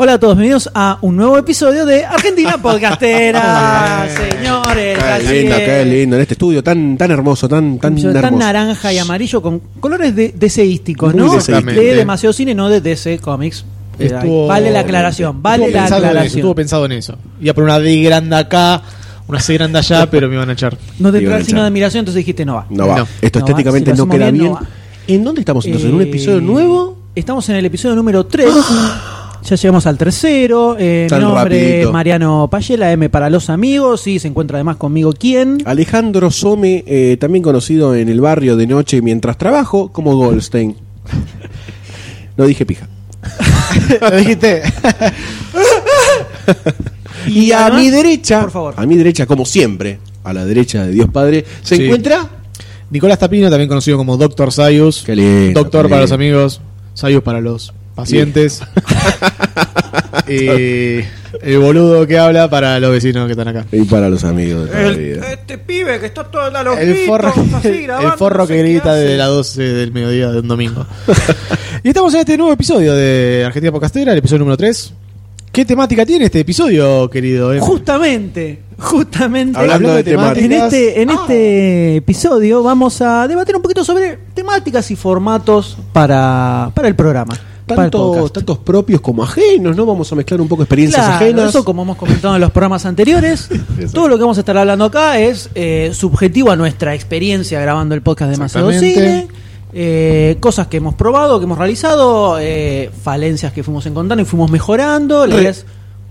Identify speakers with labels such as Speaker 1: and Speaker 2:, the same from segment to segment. Speaker 1: Hola a todos, bienvenidos a un nuevo episodio de Argentina Podcastera, señores.
Speaker 2: Qué
Speaker 1: así
Speaker 2: lindo,
Speaker 1: es.
Speaker 2: qué lindo. En este estudio tan, tan hermoso, tan, tan
Speaker 1: Un episodio
Speaker 2: hermoso.
Speaker 1: tan naranja y amarillo con colores de deseísticos,
Speaker 2: Muy
Speaker 1: ¿no?
Speaker 2: deseístico.
Speaker 1: De demasiado cine, no de DC Comics. Eh,
Speaker 3: Estuvo-
Speaker 1: vale la aclaración, vale
Speaker 3: estuvo
Speaker 1: la
Speaker 3: pensado en eso,
Speaker 1: aclaración.
Speaker 3: estuvo pensado en eso. Iba por una D grande acá, una C grande allá, pero me iban a echar.
Speaker 1: No te
Speaker 2: Digo,
Speaker 1: entró el
Speaker 2: no,
Speaker 1: signo
Speaker 2: chao.
Speaker 1: de admiración, entonces dijiste no va.
Speaker 2: No va.
Speaker 3: No.
Speaker 2: Esto
Speaker 1: No va,
Speaker 2: estéticamente
Speaker 1: si lo
Speaker 2: no queda
Speaker 1: hacemos bien,
Speaker 2: bien.
Speaker 1: no
Speaker 2: ¿En dónde estamos entonces? ¿En un
Speaker 1: Eh,
Speaker 2: episodio nuevo?
Speaker 1: Estamos en el episodio número 3. ya llegamos al tercero. Eh, mi
Speaker 2: Tan
Speaker 1: nombre
Speaker 2: rapidito.
Speaker 1: es Mariano Payela, M para los amigos. Y se encuentra además conmigo quién.
Speaker 2: Alejandro Some, eh, también conocido en el barrio de noche mientras trabajo, como Goldstein. No dije pija.
Speaker 3: ¿Lo dijiste?
Speaker 2: Y, a
Speaker 1: además-
Speaker 2: mi derecha,
Speaker 1: Por favor.
Speaker 2: a mi derecha, como siempre, a la derecha de Dios Padre, se
Speaker 3: Sí.
Speaker 2: encuentra.
Speaker 3: Nicolás Tapino, también conocido como Doctor Sayus.
Speaker 2: Qué lindo,
Speaker 3: Doctor
Speaker 2: qué
Speaker 3: para los
Speaker 2: lindo.
Speaker 3: amigos, Sayus para los pacientes. y el boludo que habla para los vecinos que están acá.
Speaker 2: Y para los amigos de toda la vida.
Speaker 1: este pibe que está todo la
Speaker 3: El forro, el forro que grita desde las 12 del mediodía de un domingo. y estamos en este nuevo episodio de Argentina Podcastera, el episodio número 3. ¿Qué temática tiene este episodio, querido? Em?
Speaker 1: Justamente, justamente.
Speaker 2: Hablando de
Speaker 1: en
Speaker 2: temáticas.
Speaker 1: este, en este episodio vamos a debatir un poquito sobre temáticas y formatos para, para el programa. para el
Speaker 2: Tantos,
Speaker 1: podcast.
Speaker 2: tantos propios como ajenos, ¿no? Vamos a mezclar un poco experiencias
Speaker 1: Claro,
Speaker 2: ajenas.
Speaker 1: Eso como hemos comentado en los programas anteriores, todo lo que vamos a estar hablando acá es eh, subjetivo a nuestra experiencia grabando el podcast de Demasiado
Speaker 3: Exactamente.
Speaker 1: Cine, eh, cosas que hemos probado, que hemos realizado, eh, falencias que fuimos encontrando y fuimos mejorando. La
Speaker 2: Re-
Speaker 1: idea es-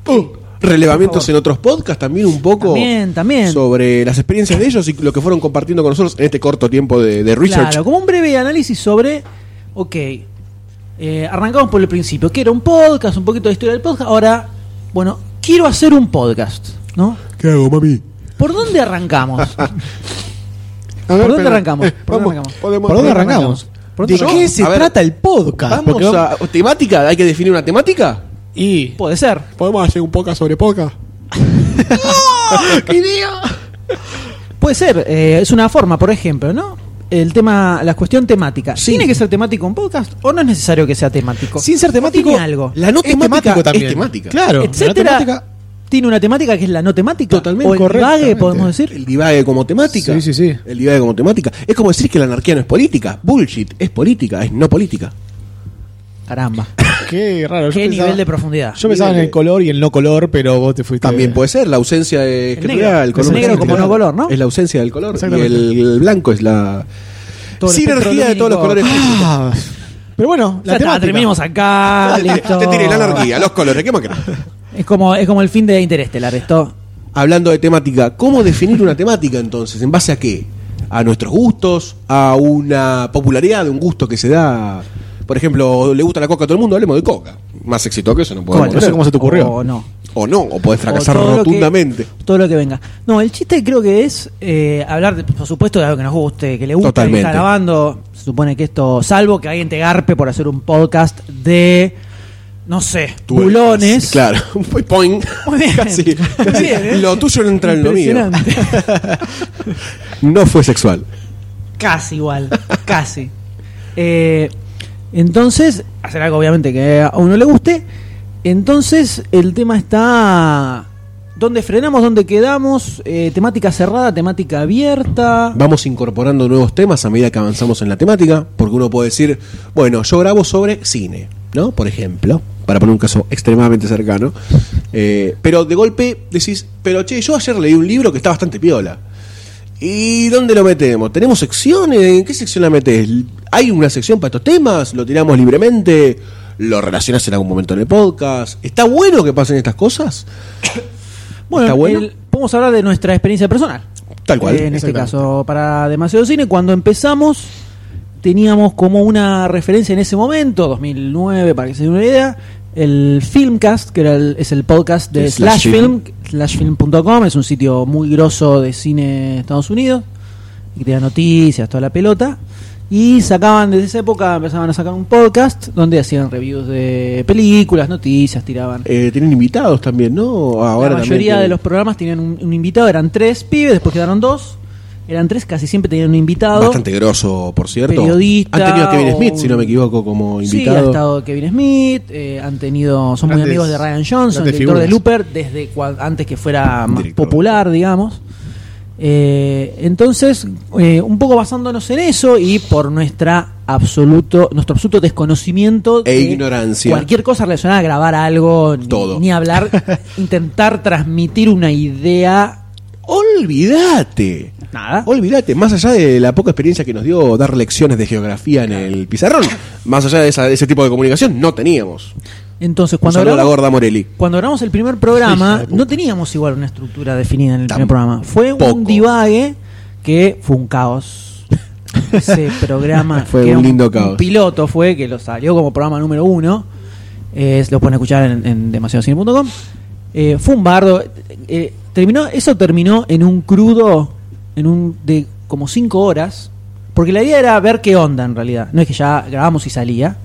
Speaker 2: Uh,
Speaker 1: Por
Speaker 2: relevamientos
Speaker 1: favor.
Speaker 2: en otros podcasts también un poco
Speaker 1: También, también.
Speaker 2: sobre las experiencias de ellos y lo que fueron compartiendo con nosotros en este corto tiempo de, de research.
Speaker 1: Claro, como un breve análisis sobre, ok, eh, arrancamos por el principio, que era un podcast, un poquito de historia del podcast, ahora, bueno, quiero hacer un podcast, ¿no?
Speaker 2: ¿Qué hago, mami?
Speaker 1: ¿Por dónde arrancamos?
Speaker 3: A ver,
Speaker 1: ¿Por dónde
Speaker 3: pero-
Speaker 1: arrancamos? ¿Por dónde
Speaker 2: Vamos,
Speaker 1: arrancamos?
Speaker 2: podemos-
Speaker 3: ¿Por dónde
Speaker 2: podemos-
Speaker 3: arrancamos?
Speaker 1: ¿Por
Speaker 3: ¿De
Speaker 1: dónde
Speaker 3: qué
Speaker 1: arrancamos?
Speaker 3: se
Speaker 2: A ver,
Speaker 3: trata el podcast? Porque
Speaker 2: Vamos a temática, hay que definir una temática.
Speaker 3: Y...
Speaker 1: Puede ser.
Speaker 2: Podemos hacer un podcast sobre podcast.
Speaker 1: Puede ser, eh, es una forma, por ejemplo, ¿no? El tema, la cuestión temática. ¿Tiene que ser temático un podcast o no es necesario que sea temático?
Speaker 3: Sin ser
Speaker 1: ¿O
Speaker 3: temático,
Speaker 1: tiene algo.
Speaker 2: La no
Speaker 3: Es
Speaker 2: temática,
Speaker 3: temático
Speaker 2: es
Speaker 3: también.
Speaker 2: temática.
Speaker 3: Claro,
Speaker 1: etcétera.
Speaker 3: la temática-
Speaker 1: Tiene una temática que es la no temática.
Speaker 3: Totalmente,
Speaker 1: O el divague,
Speaker 3: correctamente.
Speaker 1: podemos decir.
Speaker 2: El divague como temática.
Speaker 3: Sí, sí, sí.
Speaker 2: El divague como temática. Es como decir que la anarquía no es política. Bullshit. Es política, es no política.
Speaker 1: Caramba.
Speaker 3: Qué raro. yo
Speaker 1: Qué
Speaker 3: pensaba-
Speaker 1: nivel de profundidad.
Speaker 3: Yo pensaba en el color y el no color, pero vos te fuiste.
Speaker 2: También puede ser la ausencia de
Speaker 1: El
Speaker 2: escritura,
Speaker 1: negro.
Speaker 2: el
Speaker 1: Es
Speaker 2: color.
Speaker 1: negro
Speaker 2: no
Speaker 1: como
Speaker 2: existe.
Speaker 1: no color, ¿no?
Speaker 2: Es la ausencia del color. Y
Speaker 3: Exactamente.
Speaker 2: el, el blanco es la
Speaker 1: Todo el
Speaker 2: sinergia de
Speaker 1: espectro
Speaker 2: todos los colores.
Speaker 1: lumínico.
Speaker 3: Ah, pero bueno,
Speaker 1: Ya
Speaker 3: la
Speaker 1: está,
Speaker 3: temática.
Speaker 1: terminamos acá. Ah, listo.
Speaker 2: Te tiré la anarquía, los colores. ¿Qué más querés?
Speaker 1: Es como, es como el fin de Interestelar, esto.
Speaker 2: Hablando de temática, ¿cómo definir una temática entonces? ¿En base a qué? ¿A nuestros gustos? ¿A una popularidad de un gusto que se da? Por ejemplo, ¿le gusta la coca a todo el mundo? Hablemos de coca. Más exitoso que eso no podemos
Speaker 1: Coca.
Speaker 3: No sé
Speaker 2: hacer.
Speaker 3: cómo se te ocurrió.
Speaker 1: O no.
Speaker 2: O no, o podés fracasar
Speaker 1: O todo lo que-
Speaker 2: rotundamente.
Speaker 1: todo lo que venga. No, el chiste creo que es eh, hablar, de- por supuesto, de algo que nos guste, que le guste, que
Speaker 2: Totalmente.
Speaker 1: está grabando. Se supone que esto, salvo que alguien te garpe por hacer un podcast de, no sé, bulones.
Speaker 2: Claro. Point.
Speaker 1: Muy bien.
Speaker 2: Casi, casi.
Speaker 1: Bien, ¿eh?
Speaker 2: Lo tuyo no entra en lo mío.
Speaker 1: Impresionante.
Speaker 2: No fue sexual.
Speaker 1: Casi igual, casi. Eh, entonces, hacer algo obviamente que a uno le guste. Entonces, el tema está... ¿Dónde frenamos? ¿Dónde quedamos? Eh, temática cerrada, temática abierta.
Speaker 2: Vamos incorporando nuevos temas a medida que avanzamos en la temática, porque uno puede decir, bueno, yo grabo sobre cine, ¿no? Por ejemplo, para poner un caso extremadamente cercano. Eh, pero de golpe decís, pero che, yo ayer leí un libro que está bastante piola. ¿Y dónde lo metemos? ¿Tenemos secciones? ¿En qué sección la metes? ¿Hay una sección para estos temas? ¿Lo tiramos libremente? ¿Lo relacionas en algún momento en el podcast? ¿Está bueno que pasen estas cosas?
Speaker 1: Bueno,
Speaker 2: ¿Está bueno?
Speaker 1: el- podemos hablar de nuestra experiencia personal.
Speaker 2: Tal cual.
Speaker 1: Eh, en este
Speaker 3: exactamente.
Speaker 1: caso, para Demasiado Cine, cuando empezamos, teníamos como una referencia en ese momento, 2009, para que se den una idea, el Filmcast, que era el- es el podcast de
Speaker 2: De
Speaker 1: Slash,
Speaker 2: Slash
Speaker 1: Film, slashfilm.com, es un sitio muy grosso de cine de Estados Unidos, que te da noticias, toda la pelota. Y sacaban desde esa época, empezaban a sacar un podcast donde hacían reviews de películas, noticias, tiraban.
Speaker 2: Eh, tienen invitados también, ¿no? Ahora
Speaker 1: la
Speaker 2: también
Speaker 1: mayoría
Speaker 2: tienen-
Speaker 1: de los programas tenían un, un invitado, eran tres pibes, después quedaron dos. Eran tres, casi siempre tenían un invitado.
Speaker 2: Bastante grosso, por cierto.
Speaker 1: Periodista,
Speaker 2: Han tenido a Kevin Smith,
Speaker 1: un-
Speaker 2: si no me equivoco, como
Speaker 1: Sí, ha
Speaker 2: invitado.
Speaker 1: estado Kevin Smith, eh, han tenido, son muy
Speaker 3: Grandes-
Speaker 1: amigos de Ryan Johnson,
Speaker 3: grandes
Speaker 1: el director de
Speaker 3: figuras.
Speaker 1: Looper, desde cua- antes que fuera más
Speaker 2: Director.
Speaker 1: popular, digamos. Eh, entonces, eh, un poco basándonos en eso y por nuestra absoluto, nuestro absoluto desconocimiento
Speaker 2: E ignorancia.
Speaker 1: cualquier cosa relacionada a grabar algo, ni-
Speaker 2: Todo.
Speaker 1: Ni, hablar, intentar transmitir una idea,
Speaker 2: Olvídate.
Speaker 1: nada.
Speaker 2: Olvídate, más allá de la poca experiencia que nos dio dar lecciones de geografía en el pizarrón, más allá de, esa- de ese tipo de comunicación, no teníamos.
Speaker 1: Entonces,
Speaker 2: Cuando
Speaker 1: cuando
Speaker 2: la
Speaker 1: grabamos-
Speaker 2: gorda Morelli.
Speaker 1: Cuando grabamos el primer
Speaker 3: Hija
Speaker 1: programa,
Speaker 3: de puta.
Speaker 1: no teníamos igual una estructura definida en el primer
Speaker 2: Tampoco.
Speaker 1: programa. Fue un divague que fue un caos. Ese programa
Speaker 2: Fue
Speaker 1: que
Speaker 2: un
Speaker 1: era
Speaker 2: lindo caos.
Speaker 1: piloto fue que lo salió como programa número uno. Eh, lo pueden escuchar en, en demasiadocine.com. Eh, fue un bardo. Eh, terminó, eso terminó en un crudo en un de como cinco horas. Porque la idea era ver qué onda en realidad. No es que ya grabamos y salía.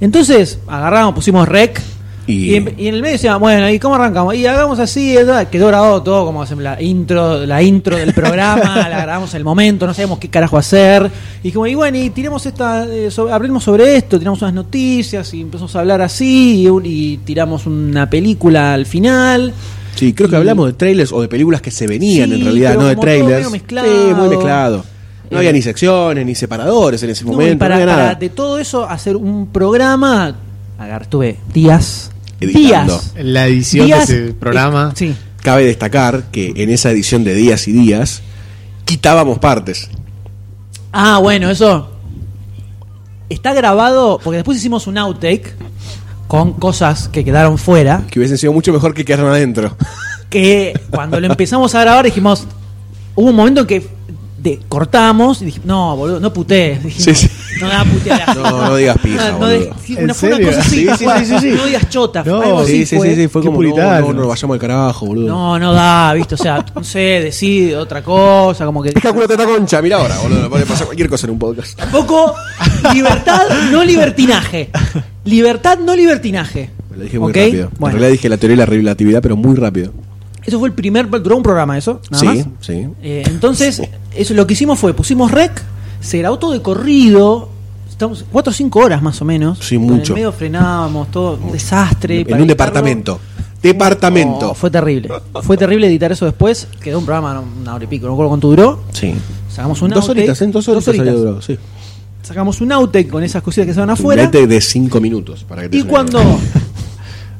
Speaker 1: Entonces agarramos, pusimos rec.
Speaker 2: Y-
Speaker 1: Y, em- y en el medio decían, bueno, ¿y cómo arrancamos? Y hagamos así, ¿verdad? quedó grabado todo, como hacen la intro, la intro del programa, la grabamos en el momento, no sabíamos qué carajo hacer. Y como, y bueno, y tiramos esta, eh, sobre- abrimos sobre esto, tiramos unas noticias y empezamos a hablar así, y, un- y tiramos una película al final.
Speaker 2: Sí, creo que
Speaker 1: Y-
Speaker 2: hablamos de trailers o de películas que se venían
Speaker 1: Sí,
Speaker 2: en realidad,
Speaker 1: pero
Speaker 2: no de
Speaker 1: como todo medio
Speaker 2: trailers.
Speaker 1: mezclado.
Speaker 2: Sí, muy mezclado. No
Speaker 1: Eh,
Speaker 2: había ni secciones, ni separadores en ese
Speaker 1: No, y
Speaker 2: momento,
Speaker 1: para,
Speaker 2: no había
Speaker 1: para
Speaker 2: nada.
Speaker 1: de todo eso hacer un programa, agar, tuve días,
Speaker 2: Editando.
Speaker 1: días,
Speaker 3: La edición
Speaker 1: días,
Speaker 3: de ese programa.
Speaker 1: eh, sí.
Speaker 2: Cabe destacar que en esa edición de Días y Días quitábamos partes.
Speaker 1: Ah, bueno, eso. Está grabado, porque después hicimos un outtake con cosas que quedaron fuera,
Speaker 2: Que hubiesen sido mucho mejor que quedaron adentro.
Speaker 1: que cuando lo empezamos a grabar dijimos, hubo un momento en que de- cortamos y dijimos, no, boludo, no putees. Dijimos,
Speaker 2: Sí,
Speaker 1: No da putear.
Speaker 2: No, no digas pija, boludo.
Speaker 3: ¿En
Speaker 1: fue una
Speaker 3: serio?
Speaker 1: cosa así,
Speaker 2: Sí, sí,
Speaker 1: fue,
Speaker 2: sí, sí, sí.
Speaker 1: no digas chota.
Speaker 3: No,
Speaker 1: algo así
Speaker 2: Oh, Sí, sí,
Speaker 1: fue.
Speaker 2: sí, sí, fue
Speaker 3: Qué
Speaker 2: como no,
Speaker 3: puritano.
Speaker 2: no, no, vayamos al carajo, boludo.
Speaker 1: No, no da, viste, o sea, no sé, decide otra cosa, como que...
Speaker 2: Pija culo teta concha, mira ahora, boludo, puede pasar cualquier cosa en un podcast.
Speaker 1: Tampoco libertad, no libertinaje. Libertad, no libertinaje.
Speaker 2: Me lo dije muy
Speaker 1: ¿Ok?
Speaker 2: rápido.
Speaker 1: Bueno,
Speaker 2: En realidad dije la teoría de la relatividad, pero muy rápido.
Speaker 1: eso fue el primer. Duró un programa eso, nada
Speaker 2: sí,
Speaker 1: más.
Speaker 2: sí.
Speaker 1: Eh, entonces,
Speaker 2: Sí.
Speaker 1: eso lo que hicimos fue: pusimos rec, se grabó todo de corrido. Estamos 4 o 5 horas más o menos.
Speaker 2: Sí,
Speaker 1: En el
Speaker 2: mucho.
Speaker 1: medio frenábamos, todo un desastre.
Speaker 2: en
Speaker 1: para
Speaker 2: un
Speaker 1: editarlo.
Speaker 2: departamento. Departamento.
Speaker 1: No, Oh, fue terrible. Fue terrible editar eso después. Quedó un programa, no, una hora y pico, no recuerdo cuánto duró.
Speaker 2: Sí.
Speaker 1: Sacamos un
Speaker 2: dos
Speaker 1: outtake,
Speaker 2: horitas, ¿eh? Dos horitas, había durado, sí.
Speaker 1: Sacamos un outtake con esas cositas que se van afuera.
Speaker 2: Mete de cinco minutos. Para que te
Speaker 1: Y
Speaker 2: suene.
Speaker 1: cuando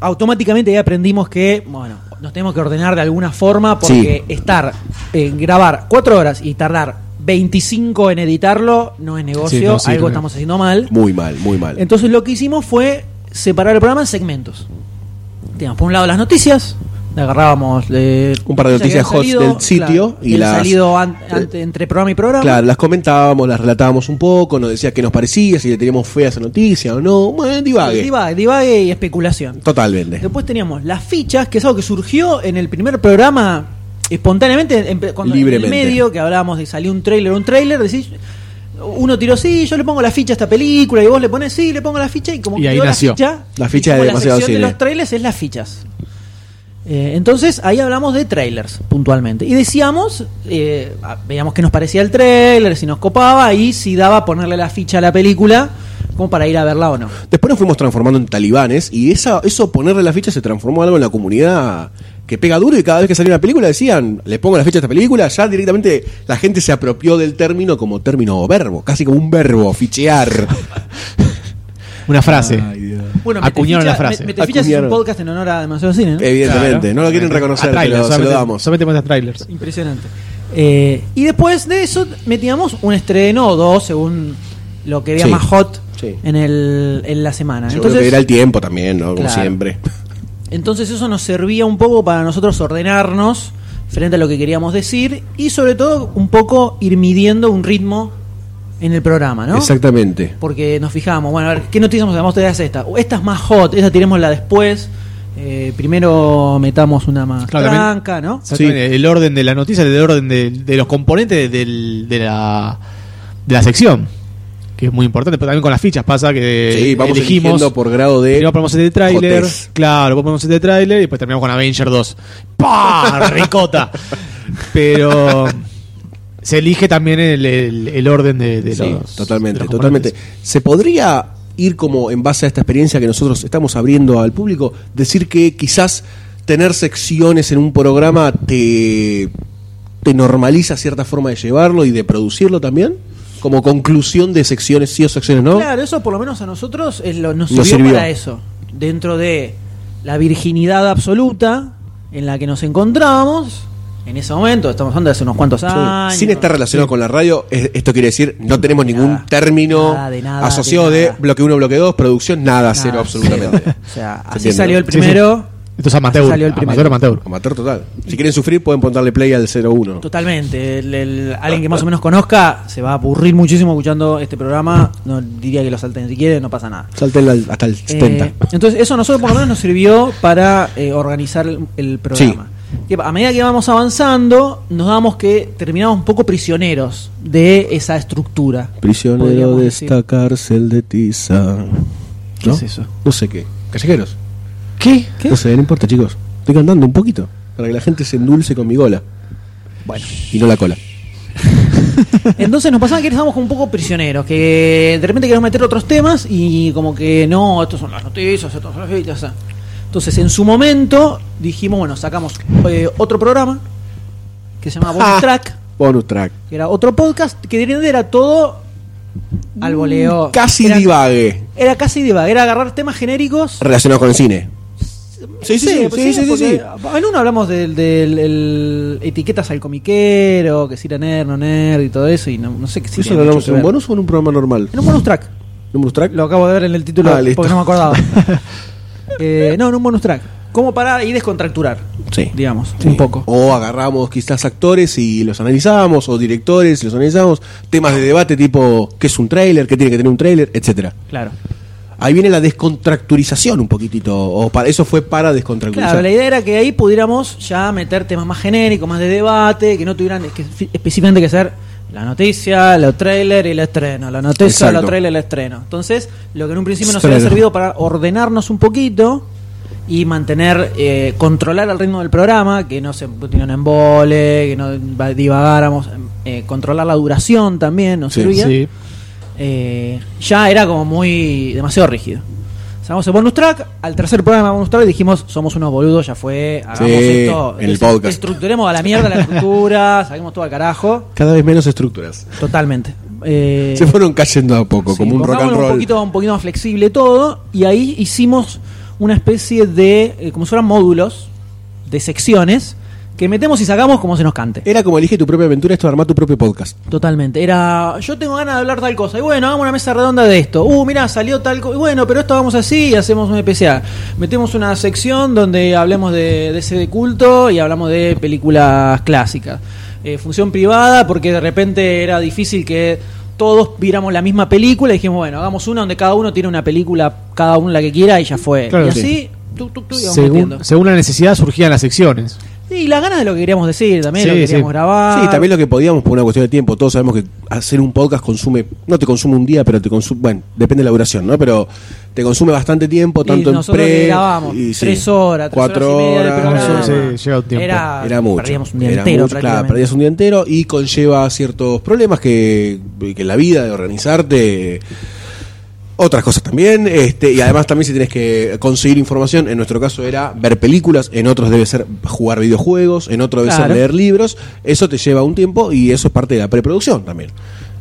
Speaker 1: automáticamente ya aprendimos que, bueno, nos tenemos que ordenar de alguna forma porque estar en grabar cuatro horas y tardar 25 en editarlo no es negocio,
Speaker 3: Sí, no sirve.
Speaker 1: algo estamos haciendo mal.
Speaker 2: Muy mal, muy mal.
Speaker 1: Entonces lo que hicimos fue separar el programa en segmentos. Teníamos por un lado las noticias, agarrábamos eh,
Speaker 2: Un par de noticias
Speaker 1: que habían
Speaker 2: hot del sitio
Speaker 1: claro,
Speaker 2: y
Speaker 1: que habían
Speaker 2: las- eh,
Speaker 1: salido an- ante- entre programa y programa.
Speaker 2: Claro, las comentábamos, las relatábamos un poco, nos decía qué nos parecía, si le teníamos fe a esa noticia o no. Bueno, divague.
Speaker 1: Divague, divague y especulación.
Speaker 2: Total, vende.
Speaker 1: Después teníamos las fichas, que es algo que surgió en el primer programa espontáneamente, en, cuando en
Speaker 2: Libremente.
Speaker 1: el medio que hablábamos de salió un tráiler, un tráiler, decís uno tiró sí, yo le pongo la ficha a esta película y vos le pones sí, le pongo la ficha y como
Speaker 3: Y
Speaker 1: que
Speaker 3: ahí
Speaker 1: quedó
Speaker 3: nació.
Speaker 1: la ficha,
Speaker 2: La ficha
Speaker 1: y
Speaker 2: de
Speaker 1: como la
Speaker 2: Demasiado
Speaker 1: sección
Speaker 2: Cine.
Speaker 1: de los trailers es las fichas. Eh, entonces ahí hablamos de trailers puntualmente y decíamos, eh, a- veíamos qué nos parecía el trailer, si nos copaba y si daba ponerle la ficha a la película como para ir a verla o no.
Speaker 2: Después nos fuimos transformando en talibanes y esa, eso ponerle la ficha se transformó en algo en la comunidad que pega duro y cada vez que salía una película decían, le pongo la ficha a esta película, ya directamente la gente se apropió del término como término o verbo, casi como un verbo, fichear.
Speaker 3: Una frase.
Speaker 1: Bueno,
Speaker 3: Acuñaron
Speaker 1: Meteficha-
Speaker 3: la frase.
Speaker 1: Me- Meteficha es
Speaker 2: Acuñaron. Eh,
Speaker 1: un podcast en honor a Demasiado Cine, ¿no?
Speaker 2: Evidentemente, no lo quieren reconocer,
Speaker 3: A trailers,
Speaker 2: pero se lo
Speaker 3: solamente-
Speaker 2: damos.
Speaker 3: Solamente muestra trailers.
Speaker 1: Impresionante. Eh, y después de eso metíamos un estreno o dos, según lo que veía
Speaker 2: Sí.
Speaker 1: más hot
Speaker 2: Sí.
Speaker 1: en, el, en la semana.
Speaker 2: Yo creo que era
Speaker 1: Entonces,
Speaker 2: el tiempo también, ¿no? Como
Speaker 1: Claro.
Speaker 2: siempre.
Speaker 1: entonces eso nos servía un poco para nosotros ordenarnos frente a lo que queríamos decir y sobre todo un poco ir midiendo un ritmo en el programa, ¿no?
Speaker 2: Exactamente.
Speaker 1: porque nos fijamos, bueno, a ver, ¿qué noticias vamos a mostrar? Es esta. O Esta es más hot, esa tirémosla después. Eh, primero metamos una más
Speaker 3: Claro, también-
Speaker 1: tranca, ¿no?
Speaker 3: Exactamente, El orden de la noticia, el orden de, de los componentes del- de, la, de la sección. Que es muy importante, pero también con las fichas pasa que
Speaker 2: Sí, vamos
Speaker 3: Eh, elegimos.
Speaker 2: eligiendo por grado de
Speaker 3: Primero ponemos este tráiler.
Speaker 2: hotez.
Speaker 3: Claro, vos ponemos este tráiler y después terminamos con Avenger 2. ¡Pah! ¡Ricota! Pero. se elige también el, el- el orden de, de
Speaker 2: Sí,
Speaker 3: los-
Speaker 2: totalmente,
Speaker 3: de los
Speaker 2: totalmente.
Speaker 3: componentes.
Speaker 2: ¿Se podría ir como en base a esta experiencia que nosotros estamos abriendo al público, decir que quizás tener secciones en un programa te, te normaliza cierta forma de llevarlo y de producirlo también? Como conclusión de secciones sí o secciones no.
Speaker 1: Claro, eso por lo menos a nosotros es lo- nos,
Speaker 2: Nos
Speaker 1: sirvió
Speaker 2: sirvió.
Speaker 1: para eso. Dentro de la virginidad absoluta en la que nos encontrábamos, en ese momento, estamos hablando de hace unos cuantos
Speaker 2: Sí.
Speaker 1: años.
Speaker 2: Sin estar relacionado con la radio, es- esto quiere decir no tenemos
Speaker 1: De
Speaker 2: ningún
Speaker 1: nada.
Speaker 2: término
Speaker 1: Nada, de nada,
Speaker 2: asociado
Speaker 1: de
Speaker 2: de,
Speaker 1: nada.
Speaker 2: bloque 1, bloque 2, producción, nada,
Speaker 1: Nada,
Speaker 2: cero absolutamente.
Speaker 1: cero. O sea, así
Speaker 2: Entiendo.
Speaker 1: salió el
Speaker 3: Sí, sí.
Speaker 1: primero.
Speaker 3: Esto es amateur.
Speaker 1: Salió el primero.
Speaker 3: amateur, amateur.
Speaker 2: Amateur total. Si quieren sufrir pueden ponerle play al 01.
Speaker 1: Totalmente. El- el- alguien que más o menos conozca se va a aburrir muchísimo escuchando este programa. No diría que lo salten si quieren, no pasa nada.
Speaker 2: Salten al- hasta el
Speaker 1: Eh,
Speaker 2: 70.
Speaker 1: entonces, eso a nosotros por lo menos nos sirvió para eh, organizar el, el programa. Que a medida que íbamos avanzando, nos damos que terminábamos un poco prisioneros de esa estructura.
Speaker 2: Prisionero
Speaker 1: Podríamos
Speaker 2: de
Speaker 1: decir.
Speaker 2: esta cárcel de tiza.
Speaker 1: ¿Qué
Speaker 2: ¿No?
Speaker 1: es eso?
Speaker 2: No sé qué. Callejeros.
Speaker 1: ¿Qué?
Speaker 2: No sé, no importa, chicos. Estoy cantando un poquito para que la gente se endulce con mi gola. Bueno, y no la cola.
Speaker 1: Entonces nos pasaba que estábamos como un poco prisioneros, que de repente queríamos meter otros temas y como que no, estos son las noticias, estos son las noticias. Entonces en su momento dijimos, bueno, sacamos eh, otro programa que se llamaba Bonus
Speaker 2: Ah.
Speaker 1: Track,
Speaker 2: Bonus track.
Speaker 1: que era otro podcast que de repente era todo al voleo.
Speaker 2: Mm, Casi
Speaker 1: era,
Speaker 2: divague.
Speaker 1: Era casi divague, era agarrar temas genéricos.
Speaker 2: Relacionado con el cine. Sí, sí, sí,
Speaker 1: pues
Speaker 2: sí, sí, sí,
Speaker 1: porque
Speaker 2: sí.
Speaker 1: En uno hablamos del, del- el- etiquetas al comiquero, que si era nerd, no nerd y todo eso, y no, no sé qué si
Speaker 2: ¿Eso
Speaker 1: tiene
Speaker 2: lo hablamos
Speaker 1: mucho
Speaker 2: en
Speaker 1: que
Speaker 2: un
Speaker 1: ver.
Speaker 2: bonus o en un programa normal?
Speaker 1: En un bonus track.
Speaker 2: ¿En un bonus track?
Speaker 1: Lo acabo de ver en el título
Speaker 2: Ah, listo.
Speaker 1: porque no me acordaba. Eh, no, en un bonus track. Como para ir descontracturar,
Speaker 2: Sí.
Speaker 1: digamos,
Speaker 2: Sí. Oh.
Speaker 1: un poco.
Speaker 2: O agarramos quizás actores y los analizamos, o directores y los analizamos. Temas de debate tipo, ¿qué es un trailer? ¿Qué tiene que tener un trailer? Etcétera.
Speaker 1: Claro.
Speaker 2: Ahí viene la descontracturización un poquitito. O para, eso fue para descontracturizar.
Speaker 1: Claro, la idea era que ahí pudiéramos ya meter temas más genéricos, más de debate, que no tuvieran que, fi- específicamente que ser la noticia, los trailer y el estreno. La noticia,
Speaker 2: Exacto.
Speaker 1: los trailer y el estreno. Entonces, lo que en un principio nos
Speaker 2: Estreno.
Speaker 1: había servido para ordenarnos un poquito y mantener, eh, controlar el ritmo del programa, que no se pusiera un embole, que no va- divagáramos, eh, controlar la duración también nos
Speaker 2: Sí.
Speaker 1: servía
Speaker 3: Sí.
Speaker 1: eh, ya era como muy demasiado rígido. Sacamos el bonus track, al tercer programa de bonus track dijimos, somos unos boludos, ya fue, hagamos
Speaker 2: Sí,
Speaker 1: esto,
Speaker 2: en el
Speaker 1: des-
Speaker 2: podcast.
Speaker 1: estructuremos a la mierda la estructura, saquemos todo al carajo,
Speaker 2: Cada vez menos estructuras.
Speaker 1: totalmente. Eh,
Speaker 2: Se fueron cayendo a poco,
Speaker 1: sí,
Speaker 2: como un rock and
Speaker 1: pongámoslo
Speaker 2: roll.
Speaker 1: Un poquito, un poquito más flexible todo, y ahí hicimos una especie de, eh, como si fueran módulos, de secciones, que metemos y sacamos como se nos cante.
Speaker 2: Era como elige tu propia aventura, esto de armar tu propio podcast.
Speaker 1: Totalmente. Era, yo tengo ganas de hablar tal cosa. Y bueno, hagamos una mesa redonda de esto. Uh, mira, salió tal cosa. Y bueno, pero esto vamos así y hacemos un especial. Metemos una sección donde hablemos de, de ese de culto y hablamos de películas clásicas. Eh, función privada, porque de repente era difícil que todos viéramos la misma película y dijimos, bueno, hagamos una donde cada uno tiene una película, cada uno la que quiera y ya fue.
Speaker 3: Claro,
Speaker 1: y
Speaker 3: sí.
Speaker 1: así, tú, tú, tú, íbamos metiendo.
Speaker 3: Según, según la necesidad surgían las secciones.
Speaker 1: Sí, y las ganas de lo que queríamos decir también, lo
Speaker 3: Sí,
Speaker 1: que
Speaker 3: sí.
Speaker 1: queríamos grabar.
Speaker 2: Sí, también lo que podíamos por una cuestión de tiempo. Todos sabemos que hacer un podcast consume, no te consume un día, pero te consume, bueno, depende de la duración, ¿no? Pero te consume bastante tiempo, tanto
Speaker 1: y
Speaker 2: en
Speaker 1: nosotros
Speaker 2: pre-
Speaker 1: que grabamos
Speaker 2: y sí,
Speaker 1: tres horas, tres
Speaker 2: cuatro
Speaker 1: horas, y media
Speaker 2: horas,
Speaker 1: del programa.
Speaker 3: Sí, sí, llega un tiempo.
Speaker 1: Era,
Speaker 2: era mucho.
Speaker 1: Perdíamos un día
Speaker 2: Era
Speaker 1: entero
Speaker 2: mucho, claro,
Speaker 1: prácticamente.
Speaker 2: perdías un día entero y conlleva ciertos problemas que, que la vida de organizarte. Otras cosas también, este, y además también si tienes que conseguir información, en nuestro caso era ver películas, en otros debe ser jugar videojuegos, en otro debe
Speaker 1: Claro.
Speaker 2: ser leer libros, eso te lleva un tiempo y eso es parte de la preproducción también.